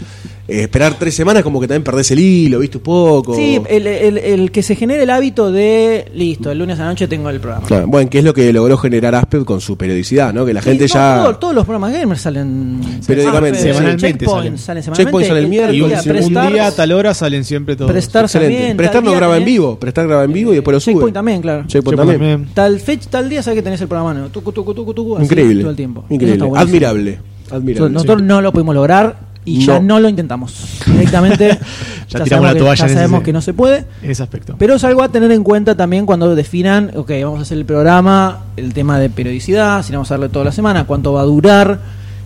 Speaker 2: eh, esperar tres semanas como que también perdés el hilo, ¿viste? Un poco.
Speaker 1: Sí, eh. el, el- el que se genere el hábito de, listo, el lunes a la noche tengo el programa.
Speaker 2: Claro, Bueno, que es lo que logró generar Asped con su periodicidad, ¿no? Que la
Speaker 1: Y
Speaker 2: gente
Speaker 1: no,
Speaker 2: ya...
Speaker 1: todo- todos los programas gamers salen
Speaker 2: Periódicamente,
Speaker 1: salen-
Speaker 3: semanalmente
Speaker 1: Checkpoint
Speaker 3: salen.
Speaker 1: salen
Speaker 2: Checkpoint sale el
Speaker 1: semanalmente,
Speaker 2: miércoles,
Speaker 1: día
Speaker 2: un- un
Speaker 1: Prestars-
Speaker 2: día, tal
Speaker 3: hora salen siempre todos.
Speaker 1: Prestars
Speaker 2: Excelente.
Speaker 1: también,
Speaker 2: Prestar
Speaker 1: tal
Speaker 2: no
Speaker 1: día
Speaker 2: graba en
Speaker 1: tenés-
Speaker 2: vivo. Prestar graba en vivo y después lo sube.
Speaker 1: Checkpoint también, claro.
Speaker 2: Checkpoint
Speaker 3: Checkpoint
Speaker 2: también.
Speaker 3: también.
Speaker 1: Tal fecha, tal día, sabes que tenés el programa nuevo. Tucu, tucu, tucu, tucu, así
Speaker 2: Increíble.
Speaker 1: todo el tiempo. Eso
Speaker 2: Increíble.
Speaker 1: está buenísimo.
Speaker 2: Admirable. Admirable.
Speaker 1: Nosotros- Nosotros no lo pudimos lograr y ya
Speaker 2: No.
Speaker 1: no lo intentamos. Directamente ya,
Speaker 3: tiramos
Speaker 1: sabemos
Speaker 3: la
Speaker 1: que-
Speaker 3: toalla
Speaker 1: ya
Speaker 3: en ese
Speaker 1: sabemos
Speaker 3: sentido.
Speaker 1: que no se puede.
Speaker 3: En ese aspecto.
Speaker 1: Pero es algo a tener en cuenta también cuando definan, ok, vamos a hacer el programa, el tema de periodicidad, si vamos a darle toda la semana, cuánto va a durar.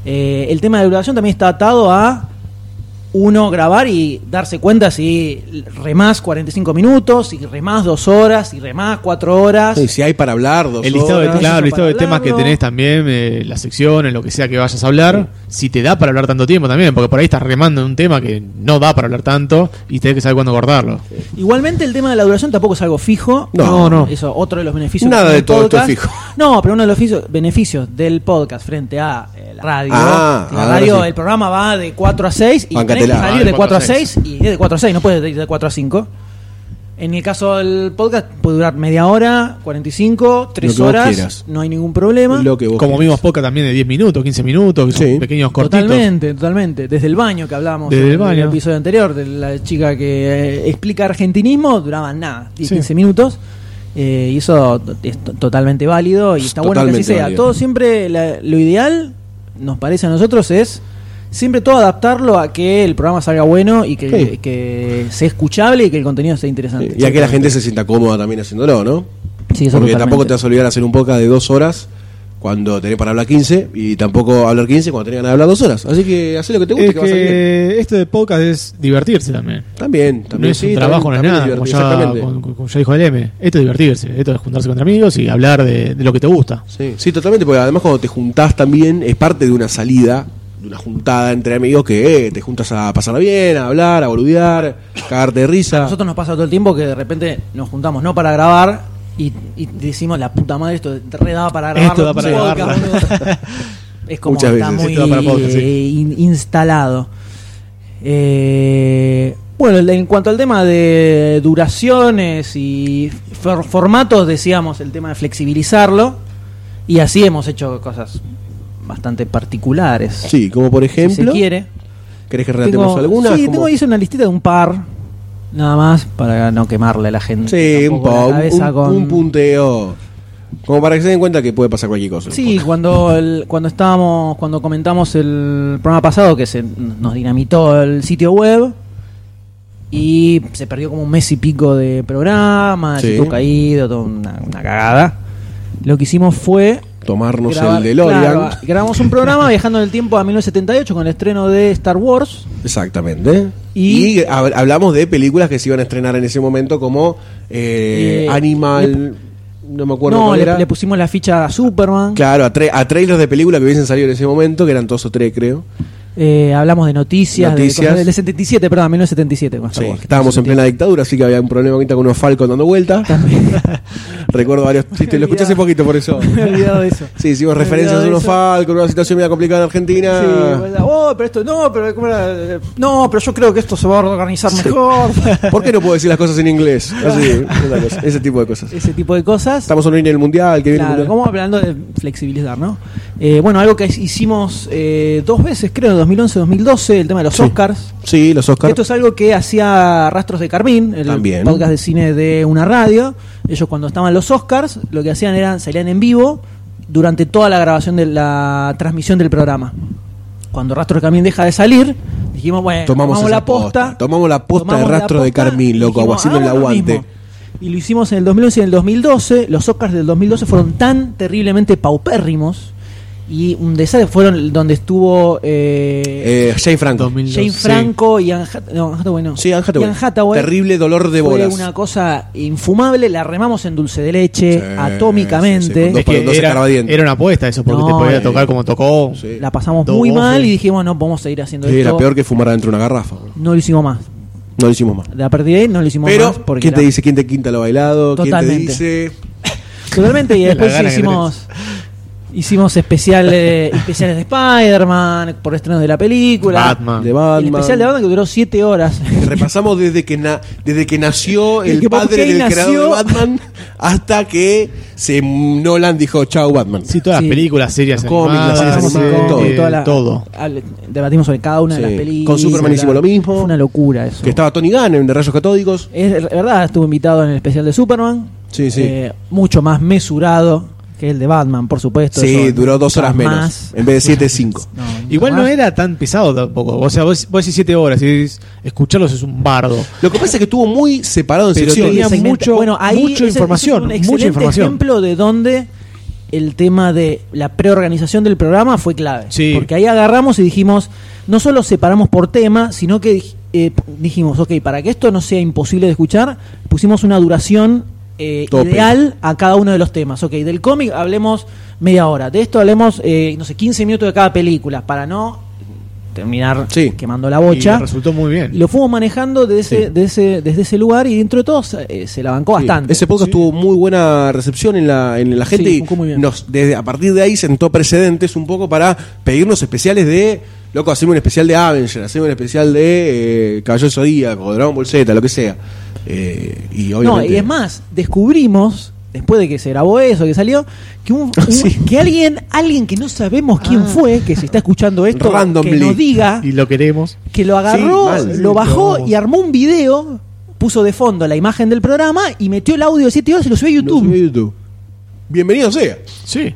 Speaker 1: Eh, el tema de duración también está atado a uno grabar y darse cuenta si remás 45 minutos, si remás dos horas, si remás cuatro horas.
Speaker 2: Sí, si hay para hablar, dos
Speaker 3: El listado, de,
Speaker 2: horas.
Speaker 3: claro, el listado de
Speaker 1: para
Speaker 3: temas que
Speaker 1: hablarlo.
Speaker 3: tenés también, eh, las secciones, lo que sea que vayas a hablar, si te da para hablar tanto tiempo también, porque por ahí estás remando en un tema que no da para hablar tanto y tenés que saber cuándo abordarlo.
Speaker 1: Igualmente el tema de la duración tampoco es algo fijo.
Speaker 2: No.
Speaker 3: No, no.
Speaker 1: Eso, otro de los beneficios. que
Speaker 2: Nada
Speaker 1: tiene
Speaker 2: de
Speaker 1: el
Speaker 2: todo esto es
Speaker 1: podcast.
Speaker 2: fijo.
Speaker 1: No, pero uno de los fiso- beneficios del podcast frente a eh, la radio.
Speaker 2: Ah,
Speaker 1: que la
Speaker 2: ahora
Speaker 1: radio,
Speaker 2: sí.
Speaker 1: el programa va de 4 a 6 y
Speaker 2: Bancatela.
Speaker 1: tenés que
Speaker 3: Ah,
Speaker 1: salir
Speaker 3: de
Speaker 1: de 4 a
Speaker 3: 4 a
Speaker 1: 6 y es de 4 a 6, no puedes ir de 4 a 5. En el caso del podcast puede durar media hora, 45, 3
Speaker 2: que vos
Speaker 1: horas,
Speaker 2: quieras.
Speaker 1: no hay ningún problema.
Speaker 2: Lo que vos
Speaker 3: Como
Speaker 2: quieras.
Speaker 3: vimos poca también de 10 minutos, 15 minutos, que son
Speaker 2: Sí.
Speaker 3: pequeños cortitos.
Speaker 1: Totalmente, totalmente. Desde el baño que hablábamos
Speaker 3: Desde
Speaker 1: en
Speaker 3: el baño.
Speaker 1: episodio anterior, de la chica que eh, explica argentinismo, duraban nada, 10,
Speaker 3: Sí.
Speaker 1: 15 minutos. eh, y eso to- es to- totalmente válido y está bueno que así
Speaker 2: Totalmente
Speaker 1: sea.
Speaker 2: válido.
Speaker 1: Todo siempre, la- lo ideal, nos parece a nosotros, es siempre todo adaptarlo a que el programa salga bueno y que,
Speaker 2: Sí.
Speaker 1: que sea escuchable y que el contenido sea interesante.
Speaker 2: Y a que la gente se sienta cómoda también haciéndolo, ¿no?
Speaker 1: Sí, eso
Speaker 2: Porque
Speaker 1: totalmente.
Speaker 2: tampoco te vas a olvidar hacer un podcast de dos horas cuando tenés para hablar 15 y tampoco hablar 15 cuando tenés ganas de hablar dos horas. Así que hacé lo que te guste,
Speaker 3: Es
Speaker 2: que, va a salir bien.
Speaker 3: que esto de podcast es divertirse también.
Speaker 2: También, también.
Speaker 3: no es
Speaker 2: sí,
Speaker 3: un trabajo, no es
Speaker 2: también-
Speaker 3: nada,
Speaker 2: también
Speaker 3: como
Speaker 2: es
Speaker 3: ya,
Speaker 2: divertido, exactamente.
Speaker 3: como- como ya dijo el M. Esto es divertirse, esto es juntarse contra amigos y hablar de, de lo que te gusta.
Speaker 2: Sí, sí, totalmente, porque además cuando te juntás también es parte de una salida, de una juntada entre amigos que eh, te juntas a pasarla bien, a hablar, a boludear, cagarte de risa.
Speaker 1: A nosotros nos pasa todo el tiempo que de repente nos juntamos no para grabar y, y decimos la puta madre esto re daba para grabar
Speaker 3: Esto da para
Speaker 1: Sí,
Speaker 3: grabarlo.
Speaker 1: boludo. es como
Speaker 2: Muchas
Speaker 1: está
Speaker 2: veces.
Speaker 1: muy eh,
Speaker 3: Esto da para podcast, sí.
Speaker 1: in- instalado Eh, bueno el- en cuanto al tema de duraciones y for- formatos decíamos el tema de flexibilizarlo y así hemos hecho cosas bastante particulares.
Speaker 2: Sí, como por
Speaker 1: si se
Speaker 2: ejemplo.
Speaker 1: quiere.
Speaker 2: ¿Querés que relatemos
Speaker 1: Tengo,
Speaker 2: alguna?
Speaker 1: sí,
Speaker 2: Como-
Speaker 1: tengo hice una listita de un par, nada más, para no quemarle a la gente.
Speaker 2: Sí, un,
Speaker 1: tampoco la
Speaker 2: po- un-
Speaker 1: cabeza
Speaker 2: un-
Speaker 1: con-
Speaker 2: un punteo. Como para que se den cuenta que puede pasar cualquier cosa.
Speaker 1: Sí, cuando el- cuando estábamos, cuando comentamos el programa pasado que se nos dinamitó el sitio web y se perdió como un mes y pico de programa,
Speaker 2: Sí.
Speaker 1: chico caído, toda una, una cagada. Lo que hicimos fue
Speaker 2: Tomarnos
Speaker 1: grabar-
Speaker 2: el DeLorean.
Speaker 1: claro, grabamos un programa viajando en el tiempo a 1978 con el estreno de Star Wars.
Speaker 2: Exactamente.
Speaker 1: Y-
Speaker 2: Y, hab- hablamos de películas que se iban a estrenar en ese momento como eh,
Speaker 1: Eh,
Speaker 2: Animal, no me acuerdo
Speaker 1: no,
Speaker 2: cuál
Speaker 1: le,
Speaker 2: era.
Speaker 1: le pusimos la ficha a Superman.
Speaker 2: claro, a, tra- a trailers de películas que hubiesen salido en ese momento, que eran dos o tres, creo.
Speaker 1: Eh, hablamos de noticias,
Speaker 2: Noticias.
Speaker 1: De, cosas del 77, perdón, 1977 con Star
Speaker 2: Sí,
Speaker 1: Wars.
Speaker 2: estábamos en plena dictadura, así que había un problema ahorita con unos Falcon dando vueltas. Recuerdo varios chistes, lo escuché hace poquito por eso.
Speaker 1: Me he olvidado de eso.
Speaker 2: Sí, hicimos
Speaker 1: Me he
Speaker 2: referencias
Speaker 1: olvidado
Speaker 2: a
Speaker 1: de
Speaker 2: unos
Speaker 1: eso.
Speaker 2: Falcon, una situación media complicada en Argentina.
Speaker 1: Sí, ¿verdad? oh, pero esto no, pero ¿cómo era? no, pero yo creo que esto se va a organizar mejor.
Speaker 2: ¿Por qué no puedo decir las cosas en inglés? Así, una cosa, ese tipo de cosas.
Speaker 1: Ese tipo de cosas.
Speaker 2: Estamos en el mundial, que viene el
Speaker 1: Claro,
Speaker 2: mundial.
Speaker 1: como hablando de flexibilizar, ¿no? Eh, bueno, algo que hicimos eh, dos veces, creo, en 2011-2012, el tema de los
Speaker 2: Sí.
Speaker 1: Oscars.
Speaker 2: Sí, los Oscars.
Speaker 1: Esto es algo que hacía Rastros de Carmín, el
Speaker 2: También.
Speaker 1: podcast de cine de una radio. Ellos cuando estaban los Oscars, lo que hacían era salían en vivo durante toda la grabación de la transmisión del programa. Cuando Rastros de Carmín deja de salir, dijimos, bueno,
Speaker 2: tomamos, esa
Speaker 1: la posta.
Speaker 2: Tomamos la posta
Speaker 1: Tomamos
Speaker 2: de
Speaker 1: la
Speaker 2: rastro de
Speaker 1: posta
Speaker 2: Carmín,
Speaker 1: y
Speaker 2: loco,
Speaker 1: dijimos,
Speaker 2: haciendo el
Speaker 1: hagamos lo
Speaker 2: aguante.
Speaker 1: mismo. Y lo hicimos en el 2011 y en el 2012. Los Oscars del 2012 fueron tan terriblemente paupérrimos y un desastre. Fueron donde estuvo eh,
Speaker 2: Eh, Jane Franco.
Speaker 3: 2002,
Speaker 1: Jane
Speaker 3: sí.
Speaker 1: Franco y Anne Hath- no, Anne Hathaway. no.
Speaker 2: Sí, Anne Hathaway.
Speaker 1: Y Anne Hathaway.
Speaker 2: Terrible dolor de
Speaker 1: Fue
Speaker 2: bolas.
Speaker 1: una cosa infumable. La remamos en dulce de leche
Speaker 2: Sí,
Speaker 1: atómicamente.
Speaker 2: sí, sí, Para
Speaker 3: Es que
Speaker 2: los doce
Speaker 3: era,
Speaker 2: Carvadientes.
Speaker 3: era una apuesta eso, porque
Speaker 1: No,
Speaker 3: te podía
Speaker 1: eh,
Speaker 3: tocar como tocó.
Speaker 2: Sí.
Speaker 1: La pasamos
Speaker 3: Dos
Speaker 1: muy
Speaker 3: voces.
Speaker 1: mal y dijimos, no, vamos a seguir haciendo
Speaker 2: Sí,
Speaker 1: esto.
Speaker 2: era peor que fumar adentro de una garrafa. boludo.
Speaker 1: No lo hicimos más.
Speaker 2: No lo hicimos más.
Speaker 1: A partir de ahí no lo hicimos
Speaker 2: Pero,
Speaker 1: más. porque
Speaker 2: ¿quién te
Speaker 1: era-
Speaker 2: dice? ¿Quién te quinta lo bailado?
Speaker 1: Totalmente.
Speaker 2: ¿Quién te dice?
Speaker 1: Totalmente, y
Speaker 3: La
Speaker 1: después
Speaker 3: gana que
Speaker 1: hicimos hicimos especiales, especiales de Spider-Man por estrenos de la película.
Speaker 3: Batman.
Speaker 2: De
Speaker 1: El
Speaker 2: Batman.
Speaker 1: especial de Batman que duró 7 horas.
Speaker 2: Repasamos desde que na- desde que nació
Speaker 1: Desde
Speaker 2: el
Speaker 1: que Bob
Speaker 2: padre
Speaker 1: Kane
Speaker 2: del creador de
Speaker 1: nació.
Speaker 2: Batman hasta que se Nolan dijo chao Batman.
Speaker 3: Sí, todas
Speaker 1: Sí.
Speaker 3: las películas, series,
Speaker 2: Los cómics,
Speaker 3: animadas,
Speaker 2: las series
Speaker 1: Repasamos
Speaker 2: animadas,
Speaker 1: con-
Speaker 3: eh,
Speaker 2: todo.
Speaker 1: con toda
Speaker 3: eh,
Speaker 1: la-
Speaker 3: todo.
Speaker 1: al- debatimos sobre cada una de
Speaker 2: Sí.
Speaker 1: las
Speaker 2: Con
Speaker 1: películas.
Speaker 2: Superman hicimos lo mismo.
Speaker 1: Fue una locura eso.
Speaker 2: Que estaba Tony Gannon de Rayos Catódicos.
Speaker 1: Es es verdad, estuvo invitado en el especial de Superman.
Speaker 2: Sí, sí.
Speaker 1: Eh, mucho más mesurado que el de Batman, por supuesto.
Speaker 2: Sí,
Speaker 1: eso
Speaker 2: duró dos
Speaker 1: nunca
Speaker 2: horas menos.
Speaker 1: más.
Speaker 2: En vez de siete, cinco.
Speaker 1: No, nunca
Speaker 3: Igual no
Speaker 1: más.
Speaker 3: era tan pesado tampoco. O sea, vos, vos decís 7 horas y decís, escucharlos es un bardo.
Speaker 2: Lo que pasa es que estuvo muy separado en
Speaker 3: Pero
Speaker 2: secciones.
Speaker 3: tenía
Speaker 1: segmenta-
Speaker 3: mucho- mucha
Speaker 1: ese- ese
Speaker 3: información,
Speaker 1: un
Speaker 3: mucha
Speaker 1: excelente
Speaker 3: información.
Speaker 1: ejemplo de donde el tema de la preorganización del programa fue clave.
Speaker 3: Sí.
Speaker 1: Porque ahí agarramos y dijimos, no solo separamos por tema, sino que dij- eh, dijimos, ok, para que esto no sea imposible de escuchar, pusimos una duración eh,
Speaker 2: Tope.
Speaker 1: ideal a cada uno de los temas. Ok, del cómic hablemos media hora, de esto hablemos, eh, no sé, 15 minutos de cada película, para no terminar
Speaker 2: Sí.
Speaker 1: quemando la
Speaker 3: Y
Speaker 1: bocha.
Speaker 3: resultó muy bien.
Speaker 1: Lo fuimos manejando de ese, de ese, desde ese lugar y dentro de todos eh, se la bancó
Speaker 2: Sí,
Speaker 1: bastante.
Speaker 2: Ese podcast tuvo muy buena recepción en la, en la gente
Speaker 1: Sí,
Speaker 2: y
Speaker 1: fue muy bien.
Speaker 2: nos, desde, a partir de ahí sentó precedentes un poco para pedirnos especiales de, loco, hacemos un especial de Avenger, hacemos un especial de eh, Caballero Zodíaco, Dragon Ball Z, lo que sea. Eh, y
Speaker 1: no,
Speaker 2: obviamente...
Speaker 1: y es más, descubrimos, después de que se grabó eso, que salió, que, un- un-
Speaker 2: Sí.
Speaker 1: que alguien, alguien que no sabemos quién fue, que se está escuchando esto,
Speaker 2: Randomly.
Speaker 1: que nos diga
Speaker 3: Y lo queremos.
Speaker 1: que lo agarró,
Speaker 2: Sí, mal, sí,
Speaker 1: lo bajó
Speaker 3: lo-
Speaker 1: y armó un video, puso de fondo la imagen del programa y metió el audio de 7 horas y lo subió a
Speaker 2: Lo
Speaker 1: YouTube.
Speaker 2: subió a YouTube. Bienvenido sea.
Speaker 3: Sí.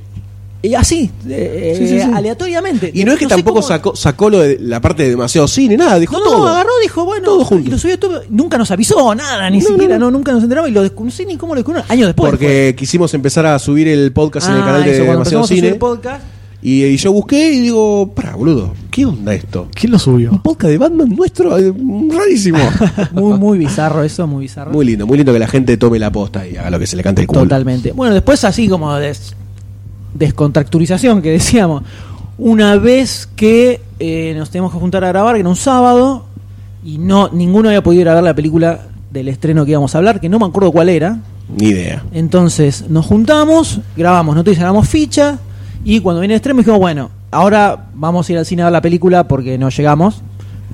Speaker 1: Y así, eh,
Speaker 2: Sí, sí, sí.
Speaker 1: aleatoriamente.
Speaker 2: Y no es que
Speaker 1: sé
Speaker 2: tampoco
Speaker 1: cómo-
Speaker 2: sacó, sacó lo de, la parte de demasiado cine, nada, dijo
Speaker 1: No, no,
Speaker 2: todo.
Speaker 1: agarró, dijo, bueno,
Speaker 2: Todo junto.
Speaker 1: y lo subió a todo. Nunca nos avisó, nada, ni
Speaker 2: No,
Speaker 1: siquiera,
Speaker 2: no,
Speaker 1: no, nunca nos enteramos y lo descu- no sé ni cómo lo descubrieron. Años después.
Speaker 2: Porque quisimos empezar a subir el
Speaker 1: fue.
Speaker 2: podcast en el
Speaker 1: Ah,
Speaker 2: canal de
Speaker 1: eso, cuando
Speaker 2: Demasiado
Speaker 1: empezamos a
Speaker 2: Cine.
Speaker 1: subir podcast,
Speaker 2: Y, y yo busqué y digo, pará, boludo, ¿qué onda esto?
Speaker 3: ¿Quién lo
Speaker 2: Un
Speaker 3: subió?
Speaker 2: podcast de Batman nuestro, eh, rarísimo.
Speaker 1: muy, muy bizarro eso, muy bizarro.
Speaker 2: muy lindo, muy lindo que la gente tome la posta y haga lo que se le cante el culo.
Speaker 1: Totalmente. Bueno, después así como des- descontracturización que decíamos. Una vez que eh, nos teníamos que juntar a grabar, que era un sábado, y no ninguno había podido ir a ver la película del estreno que íbamos a hablar, que no me acuerdo cuál era.
Speaker 2: Ni idea.
Speaker 1: Entonces nos juntamos, grabamos noticias, grabamos ficha y cuando viene el estreno dijimos, bueno, ahora vamos a ir al cine a ver la película porque no llegamos.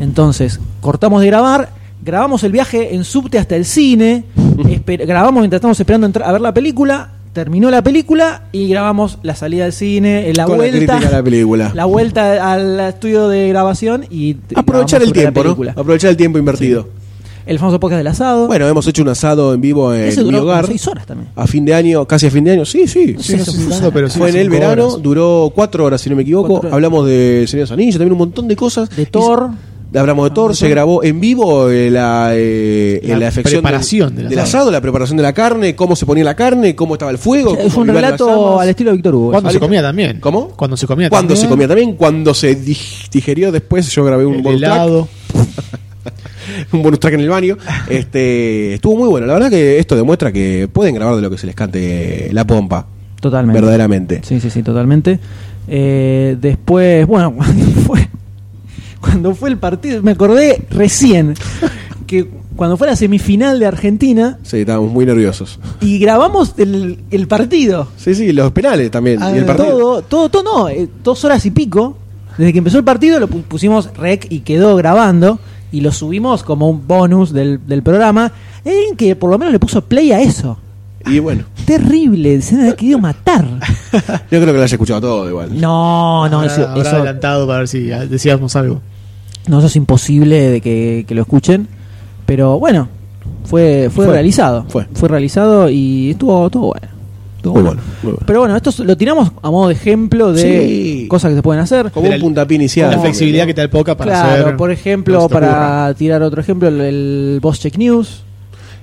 Speaker 1: Entonces cortamos de grabar, grabamos el viaje en subte hasta el cine, esper- grabamos mientras estábamos esperando entrar a ver la película, terminó la película y grabamos la salida del cine, eh, la
Speaker 2: Con la
Speaker 1: vuelta.
Speaker 2: crítica a la película.
Speaker 1: la vuelta al estudio de grabación y t-
Speaker 2: Aprovechar
Speaker 1: grabamos sobre
Speaker 2: el
Speaker 1: la
Speaker 2: tiempo, ¿no?
Speaker 1: película.
Speaker 2: Aprovechar el tiempo invertido.
Speaker 1: El famoso podcast del asado.
Speaker 2: Bueno, hemos hecho un asado en vivo en
Speaker 1: ese
Speaker 2: mi
Speaker 1: duró como
Speaker 2: hogar.
Speaker 1: seis horas también.
Speaker 2: A fin de año, casi a fin de año. Sí, sí.
Speaker 1: Sí,
Speaker 3: no
Speaker 1: eso
Speaker 3: sé si
Speaker 1: fue
Speaker 3: tanto,
Speaker 1: una-
Speaker 3: pero sí,
Speaker 2: Fue en el
Speaker 3: cinco
Speaker 2: verano,
Speaker 3: horas.
Speaker 2: duró cuatro horas, si no me equivoco.
Speaker 1: Cuatro horas.
Speaker 2: Hablamos de Señor de los Anillos, también un montón de cosas.
Speaker 1: De Thor.
Speaker 2: Y- hablamos de Thor, se grabó en vivo eh, la, eh,
Speaker 3: Ah, La
Speaker 2: eh, la afección
Speaker 3: preparación
Speaker 2: del,
Speaker 3: del
Speaker 2: del
Speaker 3: asado.
Speaker 2: asado, la preparación de la carne, cómo se ponía la carne, cómo estaba el fuego.
Speaker 1: Fue un
Speaker 2: cómo iban las
Speaker 1: relato
Speaker 2: llamas.
Speaker 1: al estilo de Víctor Hugo.
Speaker 3: Cuando se
Speaker 2: Alito.
Speaker 3: comía también.
Speaker 2: ¿Cómo?
Speaker 3: Cuando se comía
Speaker 2: Cuando
Speaker 3: también.
Speaker 2: se comía también, cuando se dig- digerió después, yo grabé un
Speaker 3: El
Speaker 2: bonus track,
Speaker 3: helado.
Speaker 2: un bonus track en el baño. Este, estuvo muy bueno. La verdad que esto demuestra que pueden grabar de lo que se les cante la pompa,
Speaker 1: Totalmente.
Speaker 2: verdaderamente.
Speaker 1: Sí, sí, sí, totalmente. Eh, después, bueno, cuando fue, cuando fue el partido, me acordé recién que cuando fue la semifinal de Argentina
Speaker 2: Sí, estábamos muy nerviosos.
Speaker 1: y grabamos el, el partido. Ah,
Speaker 2: Sí, sí, los penales también. y el partido.
Speaker 1: Todo, todo, todo, no, eh, dos horas y pico. Desde que empezó el partido lo pu- pusimos rec y quedó grabando y lo subimos como un bonus del, del programa. Hay alguien que por lo menos le puso play a eso.
Speaker 2: Y bueno,
Speaker 1: Terrible, se me ha querido matar.
Speaker 2: yo creo que lo haya escuchado todo igual.
Speaker 1: Ah, No, no,
Speaker 3: Habrá-
Speaker 1: eso,
Speaker 3: habrá
Speaker 1: eso-
Speaker 3: adelantado para ver si ah, decíamos algo.
Speaker 1: No, eso es imposible de que, que lo escuchen. Pero bueno, fue, fue,
Speaker 2: Fue,
Speaker 1: realizado.
Speaker 2: fue.
Speaker 1: realizado y estuvo, estuvo bueno. Estuvo
Speaker 2: Muy bueno, muy bueno.
Speaker 1: Pero bueno, esto es- lo tiramos a modo de ejemplo de
Speaker 2: Sí.
Speaker 1: cosas que se pueden hacer.
Speaker 2: Como
Speaker 3: Pero
Speaker 2: un
Speaker 3: el-
Speaker 2: puntapié inicial.
Speaker 3: la
Speaker 1: ¿Cómo?
Speaker 3: flexibilidad que te da el poca para
Speaker 1: claro,
Speaker 3: hacer
Speaker 1: por
Speaker 3: lo
Speaker 1: ejemplo,
Speaker 3: que se te
Speaker 1: para tirar otro ejemplo, el, el Boss Check News.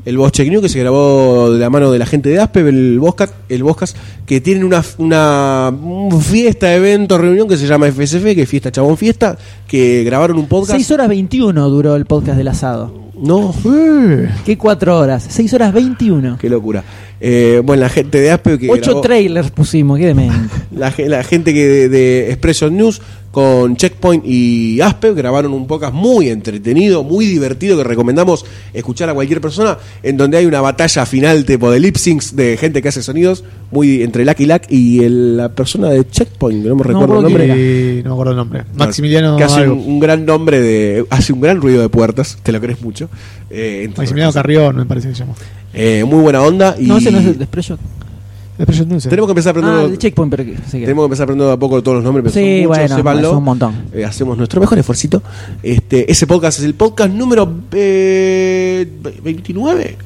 Speaker 2: El Boss Check News que se grabó de la mano de la gente de Aspe, el Boscas, el Boscas que tienen una, una un fiesta, evento, reunión que se llama FSF, que es Fiesta Chabón Fiesta, que grabaron un podcast.
Speaker 1: 6 horas 21 duró el podcast del asado.
Speaker 2: No,
Speaker 3: ocurra.
Speaker 1: ¿Qué 4 horas? 6 horas 21.
Speaker 2: qué locura. Eh, bueno, la gente de Aspe que
Speaker 1: 8
Speaker 2: grabó-
Speaker 1: trailers pusimos, qué demente.
Speaker 2: La, ge- la gente que de, de Expression News con Checkpoint y Aspe grabaron un podcast muy entretenido, muy divertido que recomendamos escuchar a cualquier persona, en donde hay una batalla final tipo de lip syncs de gente que hace sonidos, muy entre Lack y Lack y el- la persona de Checkpoint, que no me recuerdo el
Speaker 1: acuerdo
Speaker 2: nombre.
Speaker 1: quién era.
Speaker 3: Eh, no me acuerdo el nombre. Maximiliano
Speaker 2: que hace un,
Speaker 3: algo.
Speaker 2: un gran nombre de hace un gran ruido de puertas, te lo crees mucho. Eh, entre
Speaker 3: Maximiliano
Speaker 2: otras
Speaker 3: Carrión, me parece que se llamó.
Speaker 2: cosas. Eh, muy buena onda y
Speaker 1: No, ese no es el de Spreadshot.
Speaker 3: Después yo entonces.
Speaker 2: tenemos que empezar a aprender
Speaker 1: Ah,
Speaker 2: lo-
Speaker 1: el de Checkpoint, pero que- sí que-
Speaker 2: Tenemos que empezar aprendiendo de a poco todos los nombres, pero
Speaker 1: Sí,
Speaker 2: son muchos,
Speaker 1: bueno,
Speaker 2: sépanlo.
Speaker 1: son un montón.
Speaker 2: Eh, hacemos nuestro mejor esfuercito. Este, ese podcast es el podcast número eh, 29.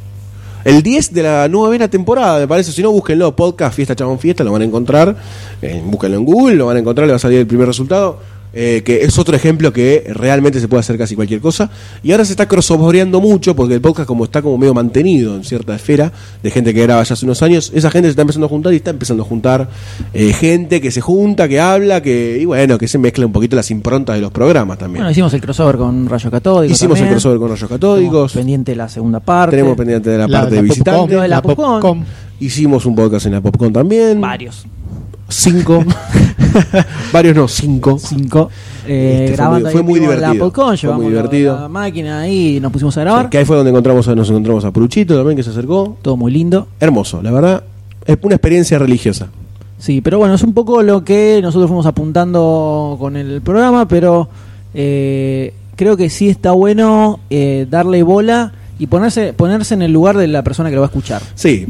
Speaker 2: El 10 de la novena temporada, me parece. Si no, búsquenlo. Podcast Fiesta Chabón Fiesta, lo van a encontrar. Eh, búsquenlo en Google, lo van a encontrar, le va a salir el primer resultado. eh, que es otro ejemplo que realmente se puede hacer casi cualquier cosa. Y ahora se está crossovereando mucho porque el podcast, como está como medio mantenido en cierta esfera de gente que graba ya hace unos años, esa gente se está empezando a juntar y está empezando a juntar eh, gente que se junta, que habla, que y bueno, que se mezcla un poquito las improntas de los programas también.
Speaker 1: Bueno, hicimos el crossover con Rayo Catódico.
Speaker 2: Hicimos
Speaker 1: también.
Speaker 2: el crossover con Rayos
Speaker 1: Tenemos
Speaker 2: Catódicos.
Speaker 1: pendiente la segunda parte.
Speaker 2: Tenemos pendiente de la, parte de
Speaker 3: Popcom,
Speaker 2: visitantes.
Speaker 1: Lo de la Popcom.
Speaker 3: Popcom.
Speaker 2: Hicimos un podcast en la Popcorn también.
Speaker 1: varios.
Speaker 2: Cinco. Varios no, cinco.
Speaker 1: Cinco. Eh,
Speaker 2: Este, fue
Speaker 1: grabando
Speaker 2: muy-
Speaker 1: ahí
Speaker 2: fue muy
Speaker 1: en vivo
Speaker 2: divertido.
Speaker 1: La Popcorn,
Speaker 2: Fue
Speaker 1: llevamos
Speaker 2: muy
Speaker 1: la-
Speaker 2: divertido.
Speaker 1: la máquina ahí y nos pusimos a
Speaker 2: Sí,
Speaker 1: grabar.
Speaker 2: que ahí fue donde encontramos a- nos encontramos a Puruchito también, que se acercó.
Speaker 1: Todo muy lindo.
Speaker 2: Hermoso, la verdad. Es una experiencia religiosa.
Speaker 1: Sí, pero bueno, es un poco lo que nosotros fuimos apuntando con el programa, pero eh, creo que sí está bueno eh, darle bola y ponerse, ponerse en el lugar de la persona que lo va a escuchar.
Speaker 2: Sí,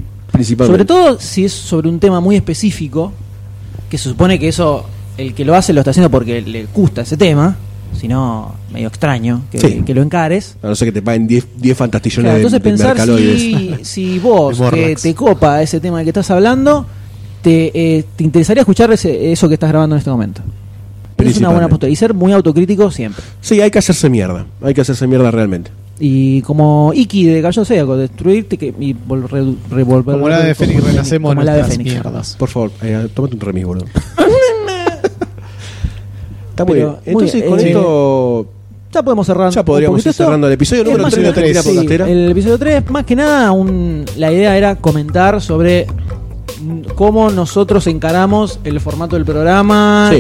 Speaker 1: Sobre
Speaker 2: principalmente.
Speaker 1: todo si es sobre un tema muy específico, que se supone que eso, el que lo hace lo está haciendo porque le gusta ese tema, si no, medio extraño que,
Speaker 2: Sí.
Speaker 1: que lo encares.
Speaker 2: A no ser que te paguen 10 fantastillones
Speaker 1: Claro, entonces
Speaker 2: de, de
Speaker 1: pensar
Speaker 2: mercaloides.
Speaker 1: si, si
Speaker 3: El
Speaker 1: vos que
Speaker 3: Morlax.
Speaker 1: te copa ese tema del que estás hablando, te, eh, te interesaría escuchar ese- eso que estás grabando en este momento. Es una buena
Speaker 2: Principalmente.
Speaker 1: postura y ser muy autocrítico siempre.
Speaker 2: Sí, hay que hacerse mierda. Hay que hacerse mierda realmente.
Speaker 1: Y como Iki de Gallo Seaco, destruirte que- y vol- redu- revolver.
Speaker 3: Como la de Fénix,
Speaker 1: como-
Speaker 3: renacemos
Speaker 1: como la de
Speaker 3: nuestras
Speaker 1: Fénix.
Speaker 3: mierdas.
Speaker 2: Por favor, eh, tómate un remis, boludo. Está muy
Speaker 1: Pero,
Speaker 2: bien.
Speaker 1: muy
Speaker 2: Entonces,
Speaker 1: bien,
Speaker 2: con
Speaker 1: eh,
Speaker 2: esto.
Speaker 1: Ya podemos cerrar.
Speaker 2: Ya
Speaker 1: un
Speaker 2: podríamos
Speaker 1: poquito
Speaker 2: ir
Speaker 1: esto.
Speaker 2: cerrando el episodio
Speaker 1: Es
Speaker 2: número
Speaker 1: más
Speaker 2: tres de
Speaker 1: que nada,
Speaker 2: Argentina
Speaker 1: sí,
Speaker 2: Podcastera.
Speaker 1: El episodio 3, más que nada, un- la idea era comentar sobre mm, cómo nosotros encaramos el formato del programa
Speaker 2: Sí.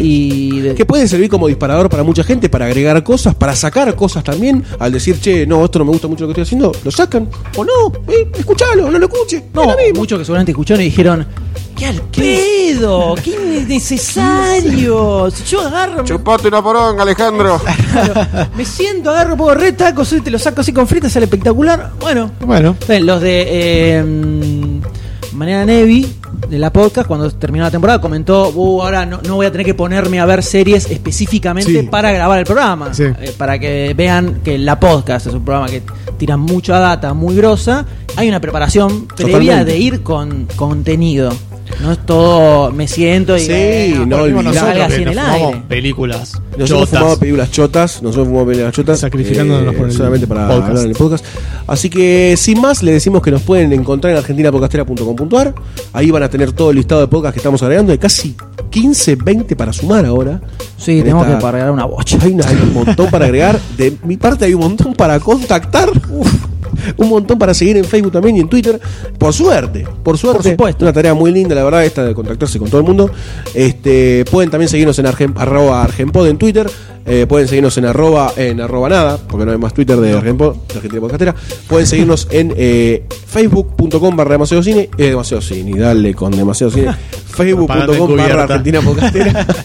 Speaker 1: y de-
Speaker 2: Que puede servir como disparador para mucha gente, para agregar cosas, para sacar cosas también. Al decir, che, no, esto no me gusta mucho lo que estoy haciendo, lo sacan. O no, eh, escuchalo, no lo escuche.
Speaker 1: no,
Speaker 2: es lo mismo.
Speaker 1: muchos que seguramente escucharon y dijeron ¡Qué al pedo! ¡Qué innecesario! Si yo agarro, me,
Speaker 4: Chupate una poronga, Alejandro.
Speaker 1: me siento, agarro un poco de red, taco, te lo saco así con fritas, sale espectacular. Bueno,
Speaker 3: Bueno,
Speaker 1: Ven, Los de eh, Manera Nevi de la podcast, cuando terminó la temporada, comentó, "Uh, ahora no, no voy a tener que ponerme a ver series específicamente
Speaker 3: Sí.
Speaker 1: para grabar el programa.
Speaker 3: Sí.
Speaker 1: Eh, para que vean que la podcast es un programa que tira mucha data, muy grosa. Hay una preparación previa
Speaker 2: Totalmente.
Speaker 1: de ir con contenido. No es todo, me siento y...
Speaker 2: Sí,
Speaker 1: bueno,
Speaker 2: no
Speaker 1: y
Speaker 2: olvidar.
Speaker 1: salga
Speaker 2: nosotros
Speaker 1: así
Speaker 3: que
Speaker 1: en el
Speaker 3: nos fumamos
Speaker 1: aire.
Speaker 3: películas
Speaker 2: Nosotros fumamos
Speaker 3: chotas.
Speaker 2: películas chotas, nosotros fumamos películas chotas. eh,
Speaker 3: Sacrificándonos por el
Speaker 2: solamente para
Speaker 3: podcast.
Speaker 2: hablar en el podcast. Así que sin más, le decimos que nos pueden encontrar en argentinapodcastera.com.ar. Ahí van a tener todo el listado de podcasts que estamos agregando. Hay casi 15, 20 para sumar ahora.
Speaker 1: Sí,
Speaker 2: En
Speaker 1: tenemos
Speaker 2: esta-
Speaker 1: que pagar una bocha.
Speaker 2: Hay, una- hay un montón para agregar. De mi parte hay un montón para contactar. Uf, un montón para seguir en Facebook también y en Twitter. Por suerte, por suerte.
Speaker 1: Por supuesto.
Speaker 2: Una tarea muy linda, la verdad, esta de contactarse con todo el mundo. Este, pueden también seguirnos en argen, arroba argenpod en Twitter. Eh, pueden seguirnos en arroba, en arroba nada, porque no hay más Twitter de Argenpod, de Argentina Podcastera. Pueden seguirnos en eh, facebook.com barra demasiado cine. Eh, demasiado cine, dale con demasiado cine. facebook.com barra
Speaker 3: Propaganda
Speaker 2: argentina podcastera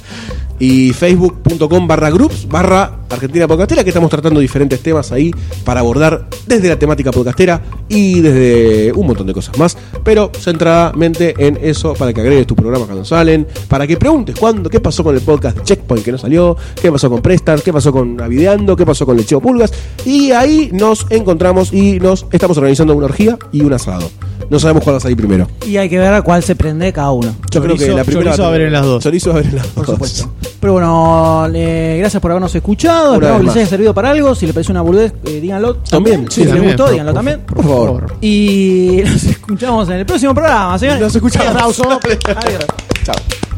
Speaker 2: y facebook.com barra groups barra Argentina Podcastera, que estamos tratando diferentes temas ahí para abordar desde la temática podcastera y desde un montón de cosas más, pero centradamente en eso para que agregues tus programas cuando salen, para que preguntes cuándo, qué pasó con el podcast de Checkpoint que no salió, qué pasó con Prestar, qué pasó con Avideando, qué pasó con Lecheo Pulgas, y ahí nos encontramos y nos estamos organizando una orgía y un asado. No sabemos cuál va a salir primero.
Speaker 1: Y hay que ver a cuál se prende cada uno.
Speaker 2: Yo creo que
Speaker 3: Chorizo-
Speaker 2: la primera
Speaker 3: chorizo va a haber en las dos.
Speaker 2: Chorizo va a haber en las
Speaker 1: Por
Speaker 2: dos.
Speaker 1: supuesto. Pero bueno, le- gracias por habernos escuchado.
Speaker 2: Una
Speaker 1: Esperamos
Speaker 2: vez
Speaker 1: que les
Speaker 2: más.
Speaker 1: haya servido para algo. Si les parece una boludez, eh, díganlo.
Speaker 2: También,
Speaker 1: si
Speaker 2: sí,
Speaker 1: les
Speaker 3: también,
Speaker 1: gustó,
Speaker 3: por-
Speaker 1: díganlo
Speaker 3: por-
Speaker 1: también.
Speaker 2: Por favor.
Speaker 1: Y nos escuchamos en el próximo programa, señores.
Speaker 2: Nos escuchamos.
Speaker 1: Un aplauso. Adiós.
Speaker 2: Chao.